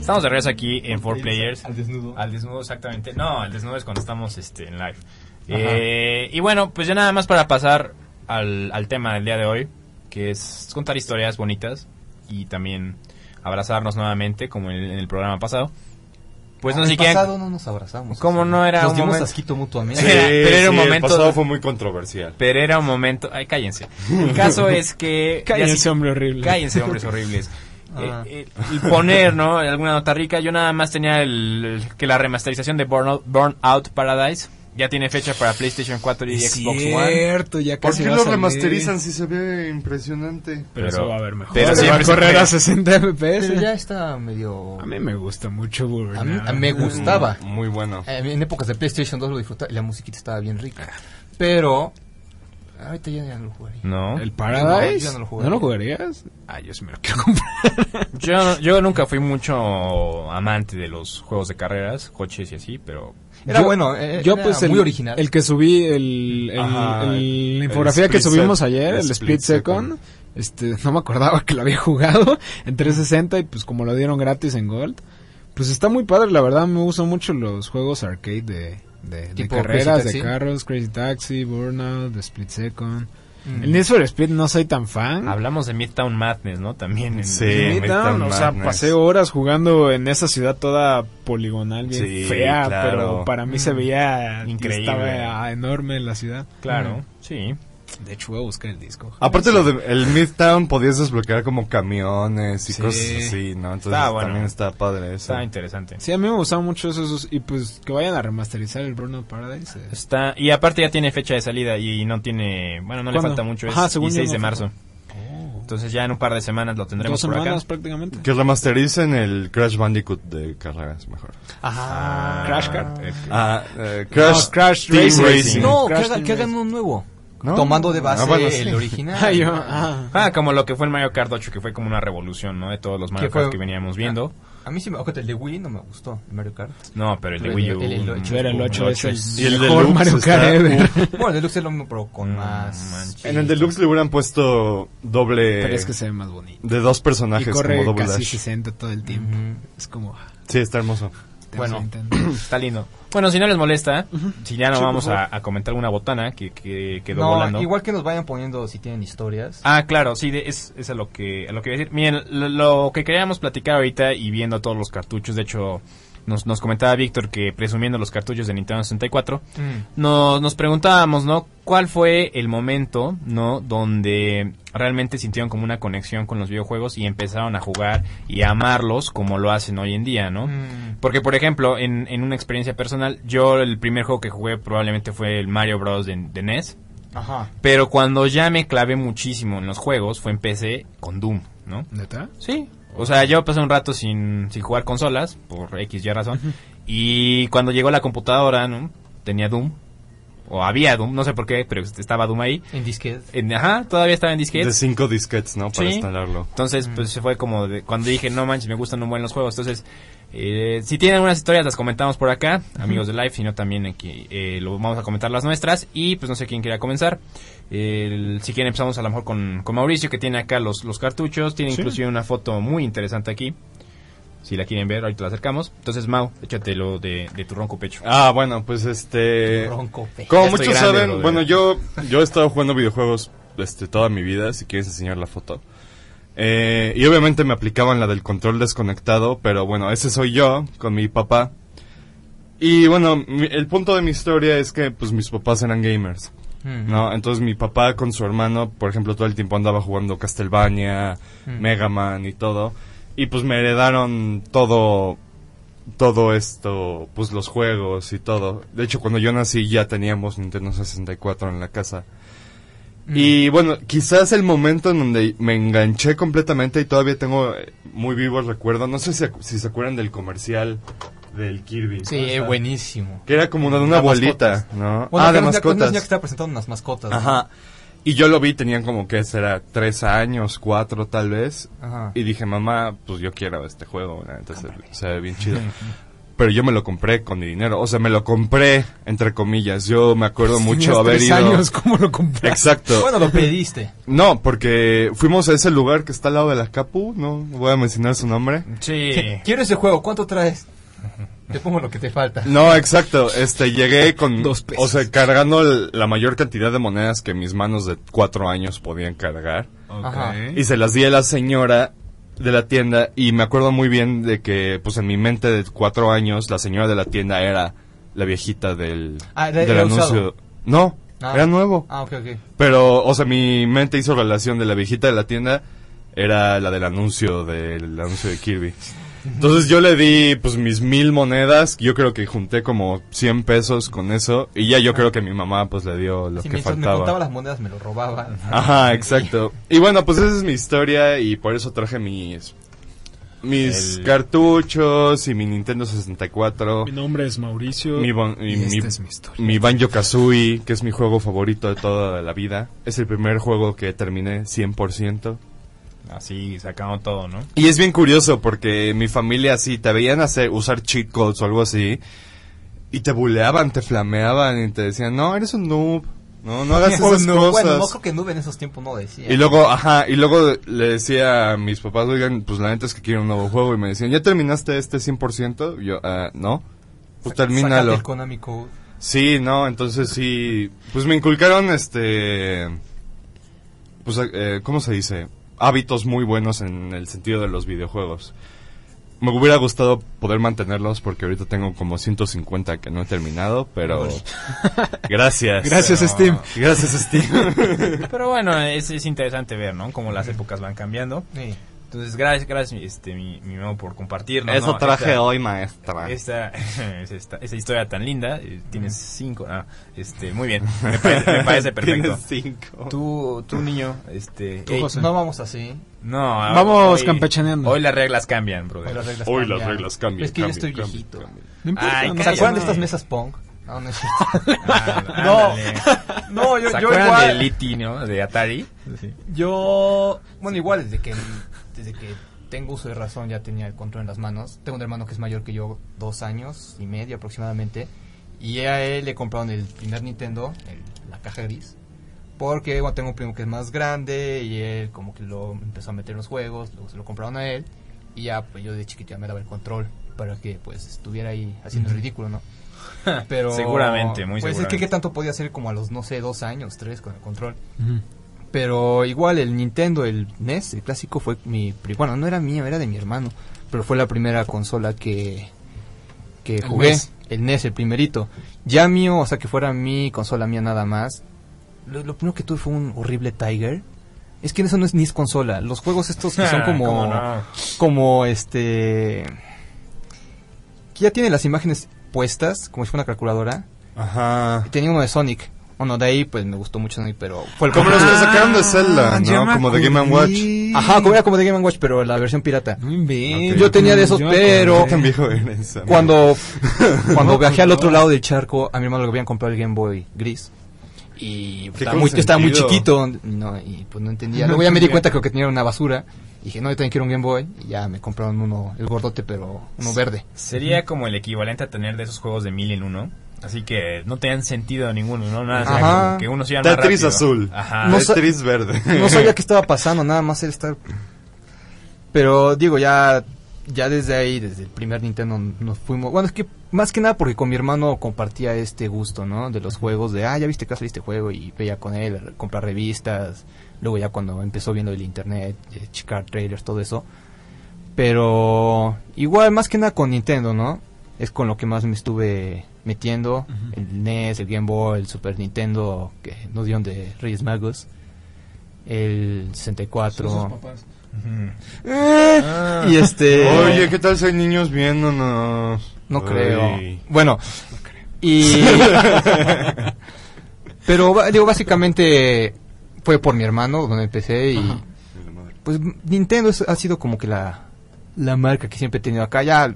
Estamos de regreso aquí en 4 Players. Al desnudo. Al desnudo, exactamente. No, al desnudo es cuando estamos este, en live. Eh, y bueno, pues ya nada más para pasar al, al tema del día de hoy, que es contar historias bonitas y también abrazarnos nuevamente, como en, en el programa pasado. Pues no Ah, El sé quién. pasado no nos abrazamos. ¿Cómo o sea, no era Nos un dimos momento? asquito mutuamente. Sí, [LAUGHS] pero era un momento- El pasado fue muy controversial. Pero era un momento. Ay, cállense. El [LAUGHS] caso es que. Cállense, ya sí- hombre horrible. Cállense, [LAUGHS] hombres horribles. Ah. Eh, eh, el poner, ¿no? Alguna nota rica. Yo nada más tenía el, el- que la remasterización de Burnout, Burnout Paradise ya tiene fecha para PlayStation 4 y Es Xbox One. cierto, ya ¿Por casi qué va a lo salir. remasterizan si se ve impresionante? Pero, eso va a ver mejor. pero Pero va a siempre se correr puede. a 60 Pero FPS. ya está medio... A mí me gusta mucho Burnout. A mí- a mí me gustaba. Mm, Muy bueno. Eh, En épocas de PlayStation 2 lo disfrutaba y la musiquita estaba bien rica. Pero... Ahorita ya, ya no lo jugaría. No. El Paradise. No, yo no lo no, jugaría. lo jugarías? Ah, yo sí me lo quiero comprar. Yo, yo nunca fui mucho amante de los juegos de carreras, coches y así, pero. Era Yo- bueno, eh, yo era pues muy el, original. el que subí, el, el- Ajá, el- el- la infografía el que Split subimos Sec- el ayer, el, Split Split Second, este, [LAUGHS] no me acordaba que lo había jugado [LAUGHS] en 360 y pues como lo dieron gratis en Gold, pues está muy padre, la verdad me gustan mucho los juegos arcade de, de, de Tipo Crazy carreras, de Taxi. carros, Crazy Taxi, Burnout, Split Second. Mm. El Need for Speed no soy tan fan. Hablamos de Midtown Madness, ¿no? También. en- Sí. Mm. Sí, Midtown no, o sea, Madness. pasé horas jugando en esa ciudad toda poligonal, bien Sí, fea, claro. pero para mí se veía Increíble. Estaba ah, enorme la ciudad. Ah, Claro, Mm. sí. De hecho, voy a buscar el disco. Aparte lo de el Midtown podías desbloquear como camiones y Sí. cosas así, ¿no? Entonces Está bueno. también está padre eso. Está interesante. Sí, a mí me gustaban mucho esos, esos- Y pues que vayan a remasterizar el Burnout Paradise. eh. Está, y aparte ya tiene fecha de salida y no tiene, bueno, no le ¿Cuándo? falta mucho, es Ajá, según yo 16 no de fue. marzo. Entonces ya en un par de semanas lo Dos tendremos por acá. semanas prácticamente. Que remastericen el Crash Bandicoot de carreras mejor. Ajá. Crash Kart. eh, Ah, eh, Crash, No, Crash Team Racing. Racing. No, que, Crash haga- Team que hagan Racing. un nuevo. ¿No? Tomando de base Ah, bueno, sí. el [LAUGHS] original. Ah, yo- ah. Ah, como lo que fue el Mario Kart 8, que fue como una revolución, ¿no? De todos los Mario Que fue- Kart que Ah. veníamos viendo. A mí sí me. Ojo, el de Wii no me gustó. El Mario Kart. No, pero el de El- Wii U. el- el ocho. Yo era el uh, 8, es el, Y el mejor deluxe Mario está- Kart ever. Bueno, el Deluxe es lo mismo, pero con No más. manches. En el Deluxe le hubieran puesto doble Pero es que se ve más bonito. de dos Y personajes corre como Double casi Dash. 60 todo el tiempo. Ujú. Es como... ah, Sí, está hermoso. te Bueno. vas a entender. [COUGHS] Está lindo. Bueno, si no les molesta, si ya no Sí, por vamos favor. a, a comentar una botana que, que quedó No, volando. igual que nos vayan poniendo si tienen historias. Ah, claro, sí, de- es, es a lo que a lo que iba a decir. Miren, lo, lo que queríamos platicar ahorita y viendo todos los cartuchos, de hecho, nos, nos comentaba Víctor que presumiendo los cartuchos de Nintendo 64, Mm. nos, nos preguntábamos, ¿no? ¿Cuál fue el momento, ¿no? Donde realmente sintieron como una conexión con los videojuegos y empezaron a jugar y a amarlos como lo hacen hoy en día, ¿no? Mm. Porque, por ejemplo, en, en una experiencia personal, yo el primer juego que jugué probablemente fue el Mario Bros. de, E de NES. Ajá. Pero cuando ya me clavé muchísimo en los juegos, fue en PC con Doom, ¿no? ¿Neta? Sí. O sea, yo pasé un rato sin, sin jugar consolas, por X y razón. Y cuando llegó la computadora, ¿no? Tenía Doom. O había Doom, no sé por qué, pero estaba Doom ahí. En disquet. En- ajá, todavía estaba en disquete. De cinco disquets, ¿no? Para Sí. instalarlo. Entonces, pues se fue como de, cuando dije, no manches, me gustan un buen los juegos. Entonces, eh, si tienen algunas historias, las comentamos por acá, amigos de Live, sino también aquí eh, lo vamos a comentar las nuestras. Y pues no sé quién quiera comenzar. El- si quieren, empezamos a lo mejor con, con Mauricio, que tiene acá los, los cartuchos. Tiene Sí. inclusive una foto muy interesante aquí. Si la quieren ver, ahorita la acercamos. Entonces, Mau, échatelo de, de tu ronco pecho. Ah, bueno, pues este... Ronco pe. Como Ya estoy muchos grande, saben, brother. bueno, yo, yo he estado jugando videojuegos este, toda mi vida, si quieres enseñar la foto. Eh, y obviamente me aplicaban la del control desconectado, pero bueno, ese soy yo, con mi papá. Y bueno, mi- el punto de mi historia es que pues mis papás eran gamers. Mm. ¿no? Entonces mi papá con su hermano, por ejemplo, todo el tiempo andaba jugando Castlevania, Mm. Mega Man y todo. Y pues me heredaron todo, todo esto, pues los juegos y todo. De hecho, cuando yo nací ya teníamos Nintendo 64 en la casa. Mm. Y bueno, quizás el momento en donde me enganché completamente y todavía tengo eh, muy vivo el recuerdo. No sé si, ac- si se acuerdan del comercial del Kirby. Sí, Ajá. buenísimo. Que era como una, una Las abuelita, mascotas. ¿no? Bueno, ah, acá era una- de una mascotas. señora que estaba presentando unas mascotas. ¿no? Ajá. Y yo lo vi, tenían como que será tres años, cuatro tal vez. Ajá. Y dije, mamá, pues yo quiero este juego, ¿no? entonces se ve bien [LAUGHS] chido. Pero yo me lo compré con mi dinero, o sea, me lo compré, entre comillas. Yo me acuerdo mucho Tenías haber tres ido. años, ¿cómo lo compré? [LAUGHS] Exacto. Bueno, lo [LAUGHS] pediste. No, porque fuimos a ese lugar que está al lado de la Capu, no voy a mencionar su nombre. Sí. Quiero ese juego, ¿cuánto traes? Te pongo lo que te falta. No, exacto. Este, llegué con, Dos pesos. o sea, cargando el- la mayor cantidad de monedas que mis manos de cuatro años podían cargar. Ajá. Y se las di a la señora de la tienda y me acuerdo muy bien de que, pues en mi mente de cuatro años, la señora de la tienda era la viejita del, Ah, era- del era anuncio. usado. No, Ah. era nuevo. Ah, ok, ok. Pero, o sea, mi mente hizo relación de la viejita de la tienda era la del anuncio, del anuncio de Kirby. Entonces yo le di pues mis mil monedas, yo creo que junté como 100 pesos con eso y ya yo creo que mi mamá pues le dio lo Sí, que mientras faltaba. me contaba las monedas me lo robaba. [LAUGHS] Ajá, exacto. Y bueno, pues esa es mi historia y por eso traje mis mis El- cartuchos y mi Nintendo 64, Mi nombre es Mauricio. mi bon- y y mi, esta es mi historia. mi Banjo Kazooie, que es mi juego favorito de toda la vida. Es el primer juego que terminé 100%. [LAUGHS] Así, sacando todo, ¿no? Y es bien curioso porque mi familia así te veían hacer usar cheat codes o algo así y te buleaban, te flameaban y te decían, "No, eres un noob." No, no [LAUGHS] hagas esas Bueno, cosas. Bueno, Oh, no creo que nube en esos tiempos no decía. Y luego, ajá, y luego le decía a mis papás, oigan, pues la neta es que quiero un nuevo juego. Y me decían, ¿ya terminaste este 100%? Y Yo, "Ah, no. Pues Sácate termínalo. el Konami Code. Sí, no, entonces sí. Pues me inculcaron este. pues, eh, ¿cómo se dice? Hábitos muy buenos en el sentido de los videojuegos. Me hubiera gustado poder mantenerlos porque ahorita tengo como 150 que no he terminado, pero [LAUGHS] gracias. Gracias, Ah. Pero- Steam. Gracias, Steam. Pero bueno, es, es interesante ver, ¿no? Cómo las épocas van cambiando. Sí. Entonces, gracias, gracias, este, mi, mi Memo, por compartirnos. Eso ¿no? traje Esta- hoy, maestra. Esta, [LAUGHS] es esta- esa historia tan linda, eh, tienes cinco, ah, este, muy bien, me, pare- [LAUGHS] me [LAUGHS] parece perfecto. Tienes cinco. Tú, tú niño, este, Tú, ey, José. No vamos así. no, ah, Vamos hoy- campechaneando. Hoy las reglas cambian, Hoy brother. las reglas Hoy cambian. las reglas cambian. Es que yo cambian, estoy cambian, viejito. cambian. No importa, Ay, no cállate. ¿Se pasa acuerdan de nada. estas mesas punk? No, no es [LAUGHS] Ah, [LAUGHS] No. ándale. No, yo, ¿Se yo acuerdan igual. de Liti, no? De Atari. Yo, bueno, igual desde que desde que tengo uso de razón ya tenía el control en las manos. Tengo un hermano que es mayor que yo, dos años y medio aproximadamente, y a él le compraron el primer Nintendo, el- la caja gris, porque bueno, tengo un primo que es más grande y él como que lo empezó a meter en los juegos, luego se lo compraron a él y ya pues yo de chiquito ya me daba el control para que pues estuviera ahí haciendo el [LAUGHS] ridículo, ¿no? Pero Seguramente, muy pues, es que seguramente. qué tanto podía hacer como a los no sé dos años, tres con el control. Ujú. Pero igual el Nintendo, el NES, el clásico fue mi... pri- Bueno, no era mío, era de mi hermano. Pero fue la primera consola que, que jugué. E NES. El NES, el primerito. Ya mío, o sea, que fuera mi consola mía nada más. Lo, lo primero que tuve fue un horrible Tiger. Es que eso no es NES consola. Los juegos estos que son Ah, como... ¿cómo no? Como este... Que ya tiene las imágenes puestas, como si fuera una calculadora. Ajá. Tenía uno de Sonic. Uno de ahí, pues me gustó mucho Sonic, pero fue el Como los que primero. sacaron de Zelda, Ah, ya ¿no? me Como de Game and acordé. Watch. Ajá, como era como de Game Watch, pero la versión pirata. No inventes. Ok. Yo tenía de esos, Yo me pero- acordé. ¿Qué tan viejo eres? amigo? Cuando, cuando No, viajé al pues, otro no. lado del charco, a mi hermano le habían comprado el Game Boy gris. Y Qué estaba muy, consentido. estaba muy chiquito. No, y pues no entendía. Luego ya me di cuenta que lo que tenía era una basura. Y dije, no, yo también quiero un Game Boy. Y ya me compraron uno, el gordote, pero uno verde. Sería como el equivalente a tener de esos juegos de mil en uno. Así que no te han sentido ninguno, ¿no? Nada, o sea, Ajá. como que uno se llama Tetris azul. Ajá. No No sa- Tetris verde. [LAUGHS] No [LAUGHS] sabía qué estaba pasando, nada más era estar. Pero digo, ya, ya desde ahí, desde el primer Nintendo nos fuimos. Bueno, es que más que nada porque con mi hermano compartía este gusto, ¿no? De los juegos, de ah, ya viste que salió este juego y veía con él, comprar revistas. Luego ya cuando empezó viendo el internet, eh, checar trailers, todo eso. Pero igual, más que nada con Nintendo, ¿no? Es con lo que más me estuve metiendo. El NES, el Game Boy, el Super Nintendo que nos dieron de Reyes Magos. El 64. Ujú. Eh, Ah. y este... Oye, ¿qué tal si hay niños viéndonos? No creo. Uy. Bueno. Y... Pero ba- digo, básicamente fue por mi hermano donde empecé y... Pues Nintendo es- ha sido como que la, la marca que siempre he tenido acá. Ya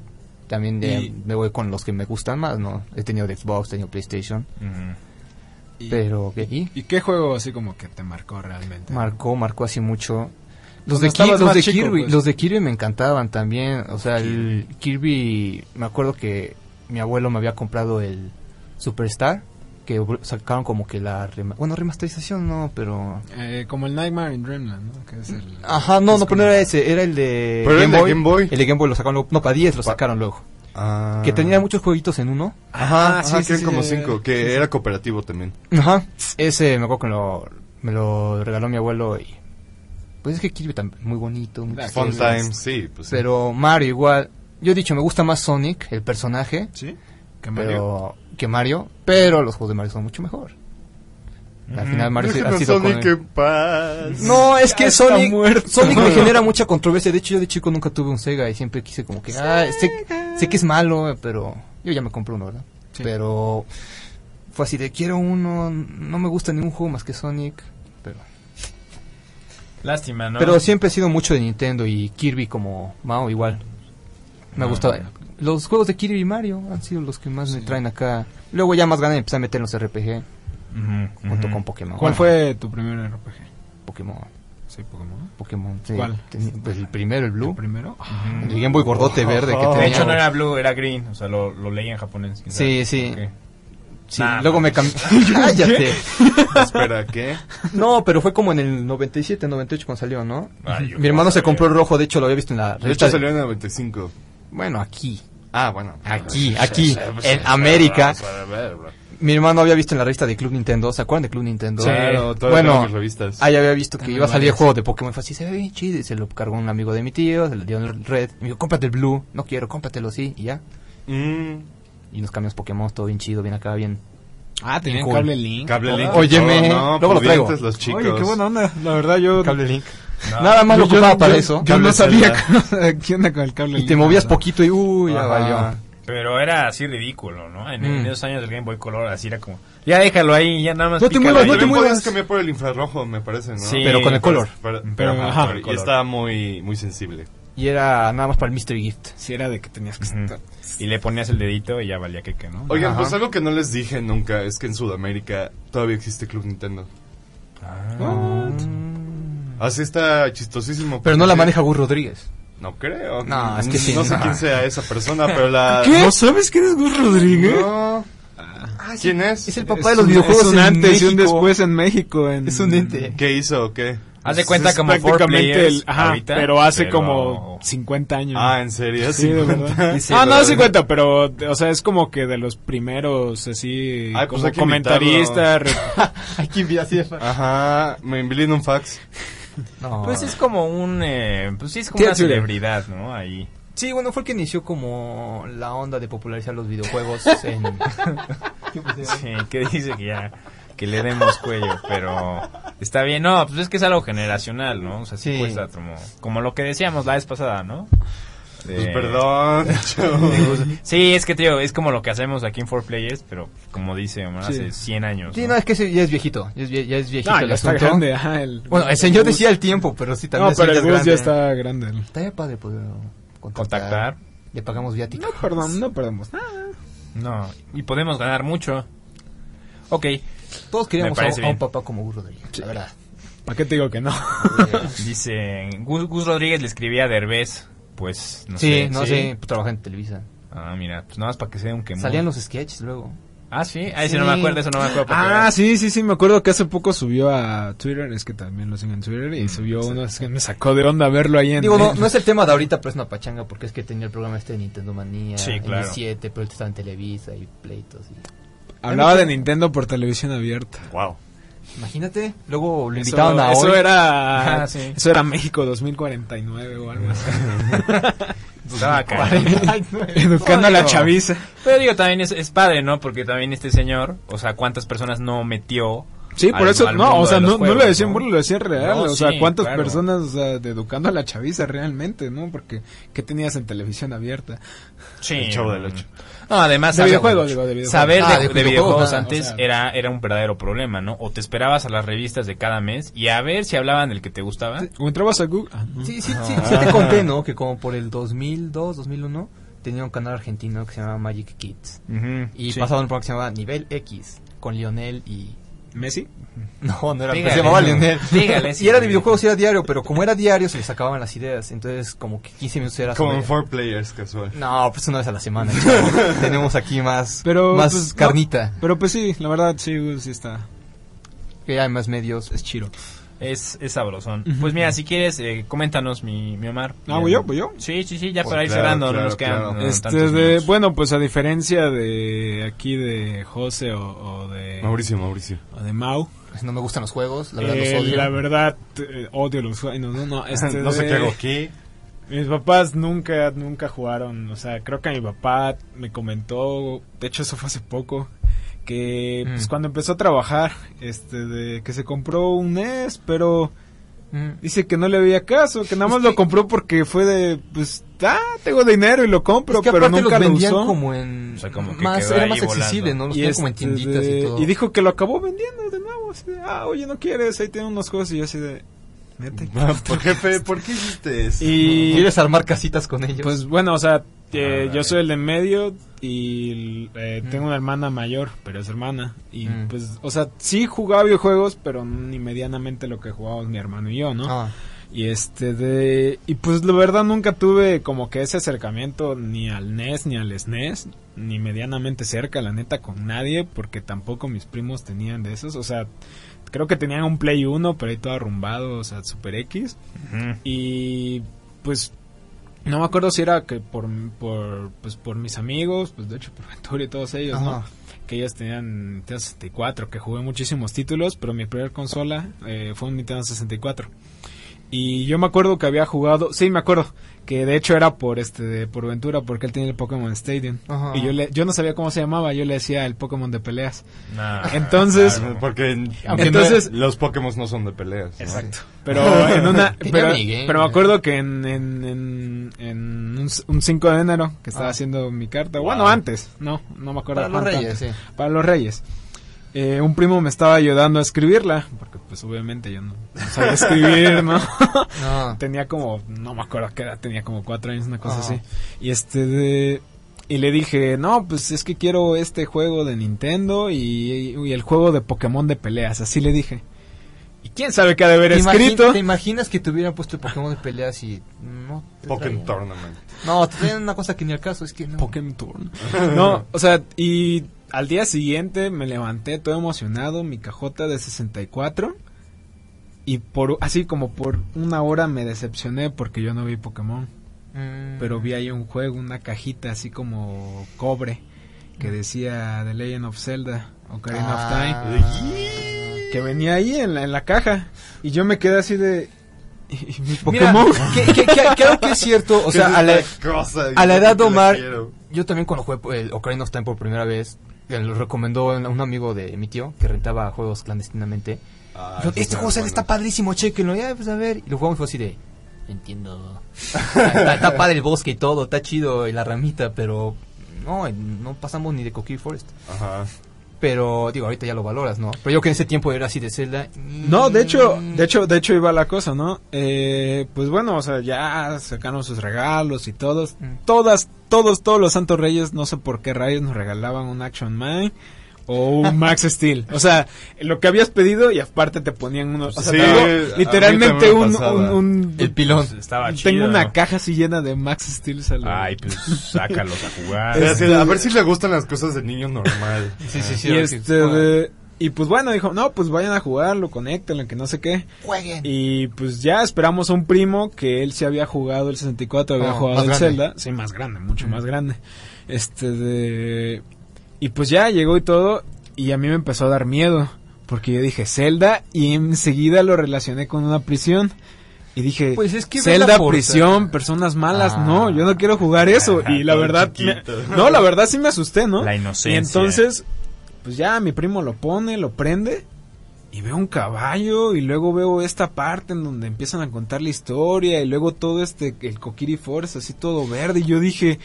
también de- Y- me voy con los que me gustan más, ¿no? He tenido de Xbox, he tenido PlayStation. Ujú. Y- Pero, ¿qué? ¿y? ¿Y qué juego así como que te marcó realmente? Marcó, marcó así mucho. Los Cuando de, Ki- estabas los, más de chico, Kirby, pues. los de Kirby me encantaban también. O sea, el Kirby, me acuerdo que mi abuelo me había comprado el Superstar, que br- sacaron como que la... rema- bueno, remasterización no, pero... Eh, como el Nightmare in Dreamland, ¿no? Que es el- Ajá, no, es no, pero como- no era ese, era el de, Pero era el de Game Boy. El de Game Boy lo sacaron, luego- no, para 10 lo Pa- sacaron luego. Ah. Que tenía muchos jueguitos en uno. Ajá, Ah, sí, ajá, sí, que eran sí, como sí. cinco. Que era cooperativo también. Ajá. Ese me acuerdo que lo- me lo regaló mi abuelo y... Pues es que Kirby también, muy bonito, muy Ah, Fun sí, Time, sí. Pues, sí. Pero Mario igual. Yo he dicho, me gusta más Sonic, el personaje, ¿Sí? Que Mario. pero que Mario, pero los juegos de Mario son mucho mejor. Al Mm. Ujú. final Mario sí- Déjenme ha a sido con Sonic el- en [LAUGHS] paz. No, es que Ya está Sonic, muerto. Sonic [LAUGHS] me genera mucha controversia. De hecho, yo de chico nunca tuve un Sega y siempre quise como que, ah, sé, sé que es malo, pero yo ya me compré uno, ¿verdad? Sí. Pero fue así de quiero uno, no me gusta ningún juego más que Sonic, pero Lástima, ¿no? Pero siempre he sido mucho de Nintendo y Kirby como Mao igual. Me ha No, gustado. bueno. Los juegos de Kirby y Mario han sido los que más me Sí. traen acá. Luego ya más ganas empecé a meter los RPG Ujú, junto ujú. con Pokémon. ¿Cuál fue tu primer RPG? Pokémon. Sí, Pokémon. Pokémon. sí. ¿Cuál? Tenía- pues, el primero, el Blue. ¿El primero? El Game Boy gordote verde que De tenía. oh. De hecho, no era blue, era green. O sea, lo, lo leí en japonés. quizás. Sí, sí. Ok. Sí, Nah, luego me cambié. [LAUGHS] ¡Cállate! Espera, ¿qué? No, pero fue como en el 97, 98 cuando salió, ¿no? Ay, Ah, yo Mi hermano no se sabía. compró el rojo, de hecho lo había visto en la De hecho de- salió en el 95. Bueno, aquí. Ah, bueno. Aquí, aquí, en América. mi hermano había visto en la revista de Club Nintendo, ¿se acuerdan de Club Nintendo? Sí. Claro, todavía Bueno, tengo mis revistas. Ahí había visto que También iba a salir el varias. juego de Pokémon. Fue así, se ve bien chido. Y se lo cargó un amigo de mi tío, se lo dio en el red. Y me dijo, cómprate el blue. No quiero, cómpratelo, sí. Y ya. Mm, Y nos cambiamos Pokémon, todo bien chido, bien acá, bien. Ah, tenían Cool. cable link. cable link. Óyeme, no, luego lo traigo. pudientes los chicos. Oye, qué buena onda. La verdad, yo. Link. Nada más lo ocupaba para eso. Ah, Yo Cable no sabía Zelda. cómo- qué onda con el cable Y link. te movías la verdad. poquito y uy, ya Ajá. valió. Pero era así ridículo, ¿no? En, en Mm. esos años del Game Boy Color, así era como, ya déjalo ahí, ya nada más. No te pícale muevas, ahí". no te También muevas. podías cambiar por el infrarrojo, me parece, ¿no? Sí, Pero con el color. Pero, Pero, ajá, ajá, y color. estaba muy, muy sensible. Y era nada más para el Mystery Gift. Si era de que tenías que estar. Ujú. Y le ponías el dedito y ya valía que que, ¿no? Oigan, Ajá. pues algo que no les dije nunca es que en Sudamérica todavía existe Club Nintendo. Mm. Así está chistosísimo. Pero no la porque- maneja Gus Rodríguez. No creo. No, es que sí, Ah. No sé no. quién sea esa persona, pero [LAUGHS] la... ¿No sabes quién es Gus Rodríguez? No. ¿Quién es? Ah, Es el Es papá de los un- videojuegos. Es un en antes y un México. después en México. en- Es un ente. ¿Qué hizo o qué? Haz de cuenta pues es como prácticamente prácticamente el- ajá, pero hace [LAUGHS] como 50 años. Ah, ¿en serio? [LAUGHS] Sí, de verdad. Sí, ah, no, verdad. 50, pero, o sea, es como que de los primeros, así, Ay, pues como hay que comentarista. [LAUGHS] re- Hay quien vive así de fa- Ajá, me envíen un fax. No. Pues es como un, eh, pues sí es como Tiene una Twitter. celebridad, ¿no? Ahí. Sí, bueno, fue el que inició como la onda de popularizar los videojuegos [LAUGHS] en... Sí, que dice que ya, que le demos cuello, pero está bien. No, pues es que es algo generacional, ¿no? O sea, sí, Sí. cuesta como, como lo que decíamos la vez pasada, ¿no? Pues De- perdón. Sí, es que, tío, es como lo que hacemos aquí en 4Players, pero como dice Omar, Sí. hace 100 años. Sí, ¿no? no, es que ese ya es viejito. Ya es, vie- ya es viejito no, el ya está asunto. grande, ajá. El, Bueno, el señor Gus. decía el tiempo, pero sí también No, pero sí el Gus ya grande. está grande. Estaría padre poder contactar. Contactar. Le pagamos viático. No, perdón, no perdemos. nada. No, y podemos ganar mucho. Ok, Todos queríamos Me a, parece un- a bien. un papá como Gus Rodríguez, la [LAUGHS] verdad. ¿Para qué te digo que no? dice, Gus, Gus Rodríguez le escribía a Derbez, pues, no sí, sé. no sé, pues, trabajaba en Televisa. Ah, mira, pues nada más para que sea un quemón. Salían los sketches luego. Ah, sí, ahí sí. Sí. no me acuerdo, eso no me acuerdo. porque Ah, era- sí, sí, sí, me acuerdo que hace poco subió a Twitter, es que también lo siguen en Twitter, y subió uno, es que me sacó de onda verlo ahí en... Digo, no, no es el tema de ahorita, pero es una pachanga porque es que tenía el programa este de Nintendo Manía, Sí, el claro. 7, pero él estaba en Televisa y pleitos. y- Hablaba de Nintendo por televisión abierta. wow. Imagínate, luego lo invitaban eso, a eso hoy. era Ah, sí. eso era México 2049 o algo [LAUGHS] así. [LAUGHS] Estaba acá. Educando a la Oye. chaviza. Pero digo, también es, es padre, ¿no? Porque también este señor, o sea, ¿cuántas personas no metió? Sí, por al- eso, al no, mundo o de sea, los no, no juegos, lo decía en burla, lo decía en real, No, o sea, sí, cuántas claro. personas, o sea, de educando a la chaviza realmente, ¿no? Porque, ¿qué tenías en televisión abierta? Sí. El Chavo del Ocho. No, además. De saber- videojuegos, digo, de videojuegos. Saber Ah, de, de de videojuegos, videojuegos ah, antes o sea. era, era un verdadero problema, ¿no? O te esperabas a las revistas de cada mes y a ver si hablaban del que te gustaba. O entrabas a Google. ah, no. Sí, sí, sí, sí, te conté, ¿no? Que como por el 2002, 2001, tenía un canal argentino que se llamaba Magic Kids. Ujú, Y sí. pasaban un programa que se llamaba Nivel X, con Lionel y... ¿Messi? No, no era... Dígale, se llamaba no. Lionel. Dígale, sí. y era de videojuegos y era diario, pero como era diario se les acababan las ideas. Entonces como que 15 minutos era... Como sobre- en 4 Players, casual. No, pues una vez a la [LAUGHS] semana. chavo. Tenemos aquí más, Pero, más pues, no. carnita. Pero pues sí, la verdad, sí, Google sí está, Que hay más medios. es chido. Es, es sabrosón. Pues mira, si quieres, eh, coméntanos, mi, mi Omar. Ah, ¿voy yo? ¿Voy yo? Sí, sí, sí, ya Pues para ir claro, cerrando, no claro, nos quedan. claro. no, Este, tantos de, minutos. bueno, pues a diferencia de aquí de José o, o de, Mauricio, Mauricio. o de Mau, Pues no me gustan los juegos, la eh, verdad los odio. la verdad, eh, odio los juegos. [LAUGHS] No, no, no, este, no sé de- qué hago aquí. Mis papás nunca, nunca jugaron. O sea, creo que mi papá me comentó, de hecho eso fue hace poco, que pues, Mm. cuando empezó a trabajar, este, de que se compró un NES, pero Mm. dice que no le había caso, que nada Es más que- lo compró porque fue de, pues, ah, tengo dinero y lo compro, Es Pues que pero aparte nunca los lo vendían usó. como en O sea, como que más quedó era ahí más volando. accesible, no los tenían como en este, tienditas de- y todo. y dijo que lo acabó vendiendo de nuevo. Así de, ah, oye, no quieres, ahí tiene unos juegos y yo así de, [LAUGHS] neta. ¿Por qué, fe- ¿Por qué hiciste eso? Y ¿Quieres armar casitas con ellos? Pues bueno, o sea, eh, Ah, yo dale. soy el de en medio y eh, tengo una hermana mayor, pero es hermana. Y Mm. pues, o sea, sí jugaba videojuegos, pero ni medianamente lo que jugábamos mi hermano y yo, ¿no? Ah, Y este de... Y pues la verdad nunca tuve como que ese acercamiento ni al NES ni al SNES, ni medianamente cerca, la neta, con nadie, porque tampoco mis primos tenían de esos, o sea... Creo que tenían un Play 1, pero ahí todo arrumbado, o sea, Super X. Ujú. Y pues No me acuerdo si era que por, por, pues, por mis amigos, pues de hecho por [LAUGHS] Ventura y todos ellos, ¿no? Ajá. Que ellos tenían Nintendo 64, que jugué muchísimos títulos, pero mi primera consola eh, fue un Nintendo 64. Y yo me acuerdo que había jugado, sí, me acuerdo, que de hecho era por este de- por Ventura, porque él tenía el Pokémon Stadium. Ajá. Y yo, le, yo no sabía cómo se llamaba, yo le decía el Pokémon de peleas. Nah, Entonces, claro. Ah, Porque entonces Aunque entonces- los Pokémon no son de peleas. ¿no? Exacto. [LAUGHS] Pero en una. Tenía pero, mi game, pero me eh. acuerdo que en, en, en, en un, un 5 de enero que estaba haciendo mi carta. Bueno, antes. No, no me acuerdo. Ah. Para los cuánto Reyes, antes. sí. Para los Reyes. Eh, un primo me estaba ayudando a escribirla. Porque, pues, obviamente yo no, no sabía [LAUGHS] escribir, ¿no? [LAUGHS] No. tenía como. No me acuerdo qué edad. Tenía como 4 años, una cosa Ah. así. Y este. de- y le dije, no, pues es que quiero este juego de Nintendo y, y el juego de Pokémon de peleas. Así le dije. Y quién sabe qué ha de haber ¿Te, imagi- escrito. ¿Te imaginas que te hubieran puesto el Pokémon de peleas y no te Pokémon traen? Tournament. No, te traen una cosa que ni al caso, es que no. Pokémon Tour. No, o sea, y al día siguiente me levanté todo emocionado, mi cajota de 64. Y por así como por una hora me decepcioné porque yo no vi Pokémon. Mm. Pero vi ahí un juego, una cajita así como cobre que decía The Legend of Zelda, Ocarina Ah. of Time. Que venía ahí en la, en la caja. Y yo me quedé así de... ¿y- y mi Mira, Pokémon? que, que- que- creo [LAUGHS] que es cierto, o sea, a la, a la edad de Omar, yo también cuando jugué el Ocarina of Time por primera vez, que lo recomendó un un amigo de mi tío que rentaba juegos clandestinamente. Ah, Dijo, este juego Zelda está padrísimo, chequenlo, ya, pues a ver. Y lo jugamos y fue así de, [LAUGHS] entiendo. está, está padre el bosque y todo, está chido y la ramita, pero no, no pasamos ni de Coquille Forest. Ajá. Pero digo, ahorita ya lo valoras, ¿no? Pero yo que en ese tiempo era así de Zelda. mm, No, de hecho, de hecho, de hecho iba la cosa, ¿no? Eh, pues bueno, o sea, ya sacaron sus regalos y todos, Mm. todas, todos, todos los santos reyes, no sé por qué rayos nos regalaban un Action Man o un Max Steel. O sea, lo que habías pedido y aparte te ponían unos, o sea, Sí, te digo, a mí literalmente también me un, pasaba. un, un- El pilón. pues, Estaba chido. tengo una caja así llena de Max Steel. Ay, pues sácalos a jugar. Era así de, A ver si le gustan las cosas de niño normal. Sí, sí, sí. y ahora este, que- de- y pues bueno, dijo, no, pues vayan a jugarlo, conéctenlo, que no sé qué. Jueguen. Y pues ya esperamos a un primo que él sí había jugado el 64, había Oh, más jugado el grande. Zelda. Sí, más grande, mucho más grande. Este de... Y pues ya llegó y todo. Y a mí me empezó a dar miedo. Porque yo dije Zelda y enseguida lo relacioné con una prisión. Y dije, Pues es que ve la Zelda, portada". prisión, personas malas. Ah. no, yo no quiero jugar eso. Y [LAUGHS] la Todo verdad... me- chiquito. [LAUGHS] no, la verdad sí me asusté, ¿no? La inocencia. Y eh. entonces, pues ya mi primo lo pone, lo prende y veo un caballo y luego veo esta parte en donde empiezan a contar la historia y luego todo este el Kokiri Force así todo verde y yo dije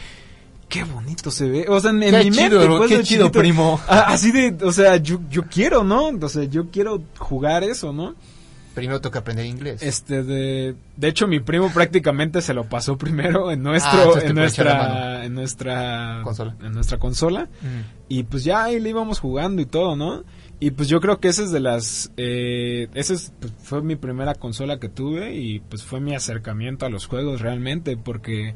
qué bonito se ve o sea en, en Qué mi chido, mente pues, qué de chido, chiquito, primo. a- así de o sea yo yo quiero no o sea yo quiero jugar eso no Primero toca aprender inglés. este de de hecho mi primo prácticamente se lo pasó primero en Ah, nuestro entonces te en puede echar la nuestra en nuestra Consola. en nuestra consola Mm. y pues ya ahí le íbamos jugando y todo, ¿no? Y pues yo creo que esa es de las... Eh, esa es, pues, fue mi primera consola que tuve y pues fue mi acercamiento a los juegos realmente porque...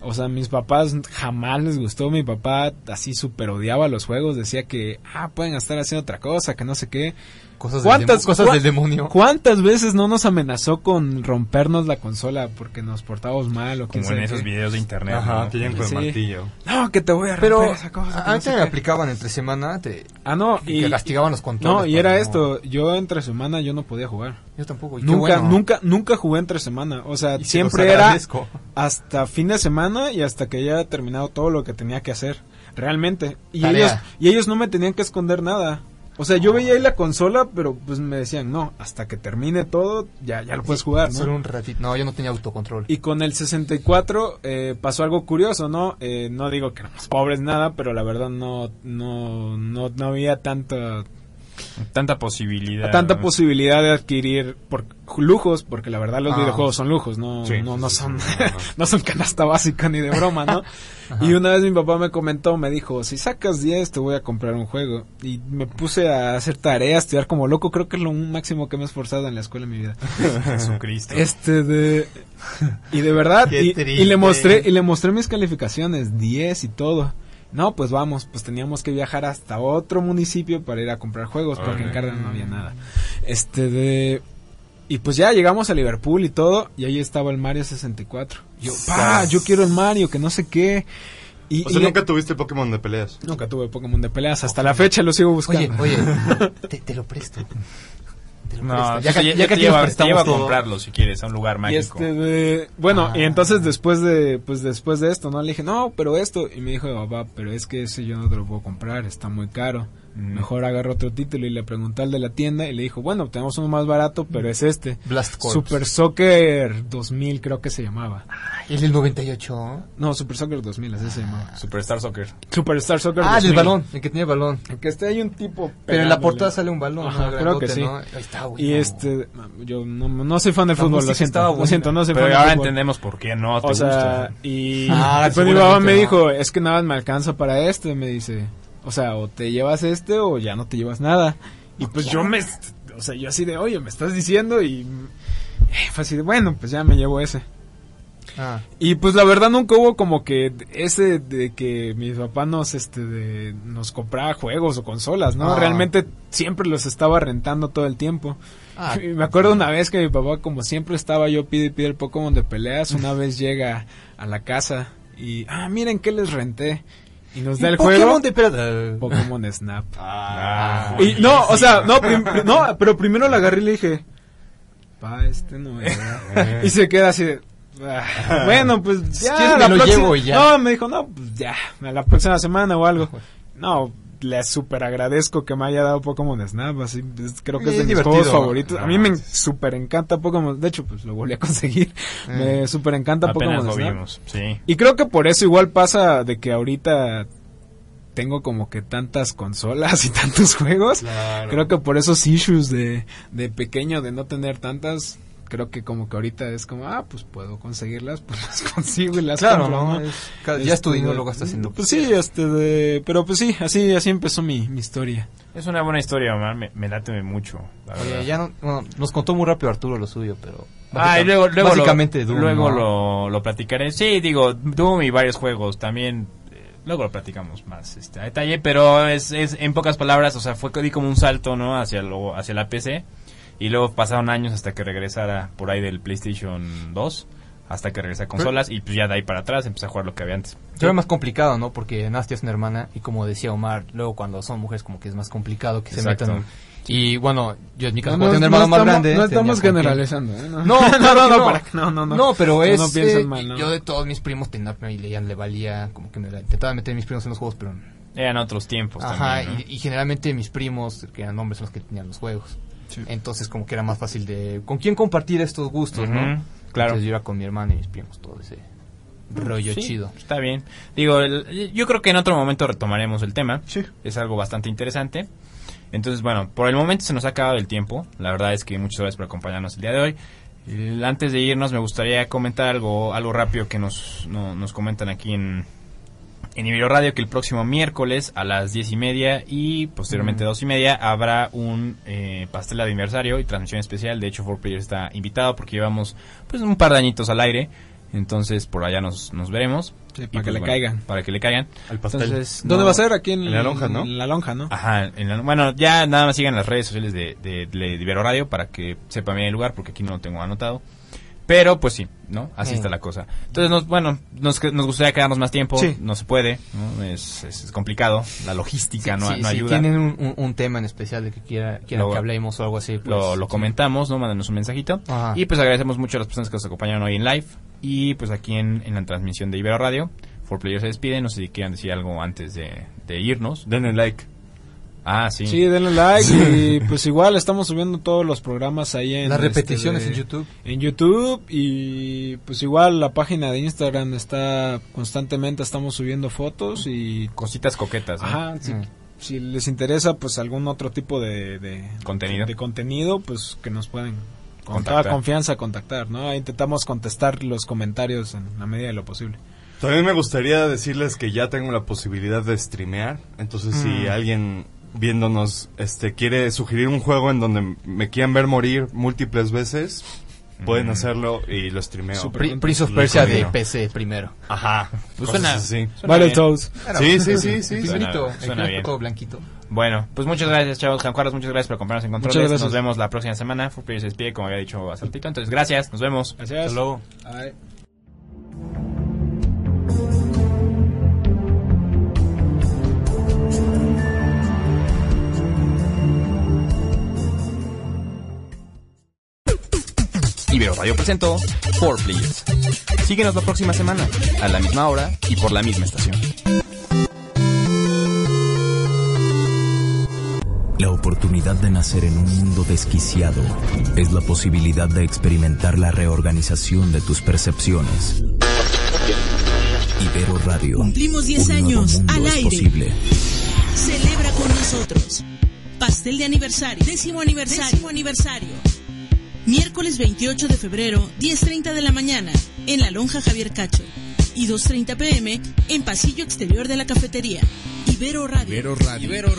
O sea, mis papás jamás les gustó. Mi papá así súper odiaba los juegos. Decía que, ah, pueden estar haciendo otra cosa, que no sé qué. Cosas, ¿Cuántas- del, demo- cosas cua- del demonio. ¿Cuántas veces no nos amenazó con rompernos la consola porque nos portábamos mal o quién Como en sabe esos qué? videos de internet. Ajá, ¿no? que llegan con Sí. el martillo. No, que te voy a romper Pero esa cosa. que no antes sé me qué". aplicaban entre semana, te, Ah, no. Y, que castigaban los controles. no, y para era no- esto. Yo entre semana yo no podía jugar. yo tampoco. y qué Nunca, bueno. nunca, nunca jugué entre semana. O sea, Y se siempre los era agradezco. hasta fin de semana y hasta que ya había terminado todo lo que tenía que hacer. Realmente. Y Tarea. ellos, y ellos no me tenían que esconder nada. O sea, yo veía ahí la consola, pero pues me decían, no, hasta que termine todo, ya, ya lo puedes jugar. ¿no? Solo un ratito. No, yo no tenía autocontrol. Y con el 64 eh, pasó algo curioso, ¿no? Eh, no digo que éramos pobres nada, pero la verdad no, no, no, no había tanta, Tanta posibilidad. tanta ¿no? posibilidad de adquirir por lujos, porque la verdad los Ah. videojuegos son lujos, no, Sí, no, sí, no sí, son, sí, ajá. [LAUGHS] no son canasta básica ni de broma, ¿no? y una vez mi papá me comentó, me dijo, si sacas 10 te voy a comprar un juego. Y me puse a hacer tareas, estudiar como loco, creo que es lo máximo que me he esforzado en la escuela en mi vida. [LAUGHS] Jesucristo. Este de y de verdad Qué y, y triste. le mostré y le mostré mis calificaciones, 10 y todo. No, pues vamos, pues teníamos que viajar hasta otro municipio para ir a comprar juegos porque en Órale. Cárdenas no había nada. Este de Y pues ya llegamos a Liverpool y todo, y ahí estaba el Mario 64. Yo, pa, yo quiero el Mario, que no sé qué. Y, O sea, y- nunca tuviste Pokémon de peleas. nunca tuve Pokémon de peleas, hasta la fecha lo sigo buscando. Oye, [LAUGHS] oye, te, te lo presto. Te lo presto. este, Ya No, ya, que- te, ya que tienes lleva, te prestamos lleva a todo. comprarlo si quieres a un lugar Y mágico. este de- bueno, y Ah. entonces después de pues después de esto, ¿no? Le dije, "No, pero esto." Y me dijo, "Papá, pero es que ese yo no te lo puedo comprar, está muy caro. Mm. Mejor agarro otro título." Y le pregunté al de la tienda y le dijo, "Bueno, tenemos uno más barato, pero es este." Blast Corps. Super Soccer 2000 creo que se llamaba. El del 98. No, Super Soccer 2000, así se llamaba. Superstar Soccer. Superstar Soccer Ah, del 2000. balón, el que tenía balón. Que este hay un tipo Pero en la pegándole. portada sale un balón, Ajá, ¿no? creo Grandote, que sí. ¿no? Ahí está, güey. y No. este yo no, no soy fan del La fútbol, lo música estaba siento. Lo buena. siento, no soy fan Pero del ahora fútbol. entendemos por qué no Ah, te O gusta. sea, [LAUGHS] y Ah, después mi papá me seguramente dijo, es que nada más me alcanza para este, me dice. O sea, o te llevas este o ya no te llevas nada. Y pues yo me, o sea, yo así de, oye, me estás diciendo y eh, fue así de, bueno, pues ya me llevo ese. Ah, Y pues la verdad nunca hubo como que ese de que mi papá nos, este, de, nos compraba juegos o consolas, ¿no? Ah. Realmente siempre los estaba rentando todo el tiempo. ah, [LAUGHS] Pues Y me acuerdo una vez que mi papá, como siempre estaba yo pide y pide el Pokémon de [LAUGHS] peleas, una vez llega a la casa y, ah, miren qué les renté. Y nos da el juego. Pokémon de pera- Pokémon Snap. Ah, Y no, o sea, no, prim- no, pero primero la agarré y le dije, pa, este no Eh. era. y se queda así de, "Ah, bueno, pues ya. ¿Quieres me lo llevo y ya? No, me dijo, no, pues ya, a la próxima semana o algo. No, le súper agradezco que me haya dado Pokémon Snap, así, es- creo que es Es de mis divertido. Ah, juegos favoritos. A No mí me manches. súper encanta Pokémon, de hecho, pues lo volví a conseguir. Eh. Me súper encanta apenas Pokémon lo Snap. vimos. Sí. Y creo que por eso igual pasa de que ahorita tengo como que tantas consolas y tantos juegos. Creo que por esos issues de, de pequeño, de no tener tantas, creo que como que ahorita es como, ah, pues puedo conseguirlas, pues las [LAUGHS] consigo y las Claro, compro, ¿no? ¿no? Es- ca- Este, ya es tu dinero lo gastas en lo Pues sí, este de- pero pues sí, así, así empezó mi, mi historia. Es una buena historia, Omar. Me, me late mucho. la verdad. Oye, ya no, bueno, nos contó muy rápido Arturo lo suyo, pero... eh, Ah, y luego, luego, básicamente lo, Doom, luego ¿no? lo, lo platicaré. Sí, digo, Doom y varios juegos también. eh, Luego lo platicamos más este, a detalle, pero es, es en pocas palabras, o sea, fue di como un salto, ¿no? Hacia, lo, hacia la PC. Y luego pasaron años hasta que regresara por ahí del PlayStation 2, hasta que regresa a consolas. Y pues ya de ahí para atrás empecé a jugar lo que había antes. Pero es más complicado, ¿no? Porque Nastia es una hermana y como decía Omar, luego cuando son mujeres como que es más complicado que Exacto. se metan. Y bueno, yo en mi caso No, como no, tenía no un hermano más estamos- grande... no tenía estamos con quién- generalizando, ¿eh? [LAUGHS] No, claro que no. para- no, no, este, no. No, pero No, es... no piensen eh, mal, ¿no? Yo de todos mis primos tenía y leían le valía, como que me la, intentaba meter mis primos en los juegos, pero... Eran otros tiempos ajá, Pues también. ¿no? y, y generalmente mis primos, que eran hombres, son los que tenían los juegos. Entonces como que era más fácil de... ¿Con quién compartir estos gustos, Ujú, no? claro. Entonces yo iba con mi hermana y mis primos, todo ese rollo Sí, chido. Está bien. Digo, el- yo creo que en otro momento retomaremos el tema. Es algo bastante interesante. Entonces, bueno, por el momento se nos ha acabado el tiempo. La verdad es que muchas gracias por acompañarnos el día de hoy. El- Antes de irnos, me gustaría comentar algo, algo rápido que nos, no- nos comentan aquí en, en Ibero Radio, que el próximo miércoles a las diez y media y posteriormente dos y media habrá un eh, pastel de aniversario y transmisión especial. De hecho, 4Player está invitado porque llevamos pues un par de añitos al aire. Entonces, por allá nos, nos veremos. Sí, Y, para que pues, le bueno, caigan. Para que le caigan. Al pastel. Entonces, ¿Dónde no- va a ser? Aquí en, En la lonja, ¿no? En la lonja, Ah, ¿no? Ajá, en la- bueno, ya nada más sigan las redes sociales de, de, de Ibero Radio para que sepan bien el lugar, porque aquí no lo tengo anotado. Pero pues sí, ¿no? Así Mm. está la cosa. Entonces, nos, bueno, nos, que- nos gustaría quedarnos más tiempo, Sí. no se puede, ¿no? Es, es- es complicado, la logística no, Sí, no si ayuda. tienen un, un- un tema en especial de que quiera, quieran Lo- que hablemos o algo así, pues, lo, lo sí. Ah. comentamos, ¿no? Mándanos un mensajito. Ajá. Y pues agradecemos mucho a las personas que nos acompañaron hoy en live y pues aquí en, en la transmisión de Ibero Radio. For Players se despide, no sé si quieran decir algo antes de, de irnos. Denle like. Ah, Sí, denle like y pues igual estamos subiendo todos los programas ahí en Las este, repeticiones de- en YouTube. En YouTube y pues igual la página de Instagram está constantemente estamos subiendo fotos y Cositas coquetas. ¿no? ajá, si, Mm. si les interesa pues algún otro tipo de, de Contenido. de contenido pues que nos pueden con Contactar. toda confianza contactar, ¿no? Ahí Intentamos contestar los comentarios en la medida de lo posible. También me gustaría decirles que ya tengo la posibilidad de streamear. Entonces, si alguien viéndonos este quiere sugerir un juego en donde me quieran ver morir múltiples veces, Pueden hacerlo y lo streameo. Super. Pri- Prince of Persia de Combino. PC primero. Ajá. Pues cosas suena- así. Battletoads. Sí, sí, sí, sí. Suena- Primerito, el suena primerito bien. todo blanquito. Bueno, pues muchas gracias, chavos. Juan Carlos, muchas gracias por acompañarnos en controles. Muchas gracias. Nos vemos la próxima semana. Four Players se despide, como había dicho hace ratito. Entonces, gracias. Nos vemos. Gracias. Hasta luego. Ay. Ibero Radio presentó Four Players. Síguenos la próxima semana, a la misma hora y por la misma estación. La oportunidad de nacer en un mundo desquiciado es la posibilidad de experimentar la reorganización de tus percepciones. Ibero Radio. Cumplimos 10 Un nuevo años mundo al es aire. posible. Celebra con nosotros. Pastel de aniversario. Décimo aniversario. aniversario. Miércoles 28 de febrero, 10.30 de la mañana, en la Lonja Javier Cacho. Y 2.30 pm, en Pasillo Exterior de la Cafetería. Ibero Radio. Ibero Radio.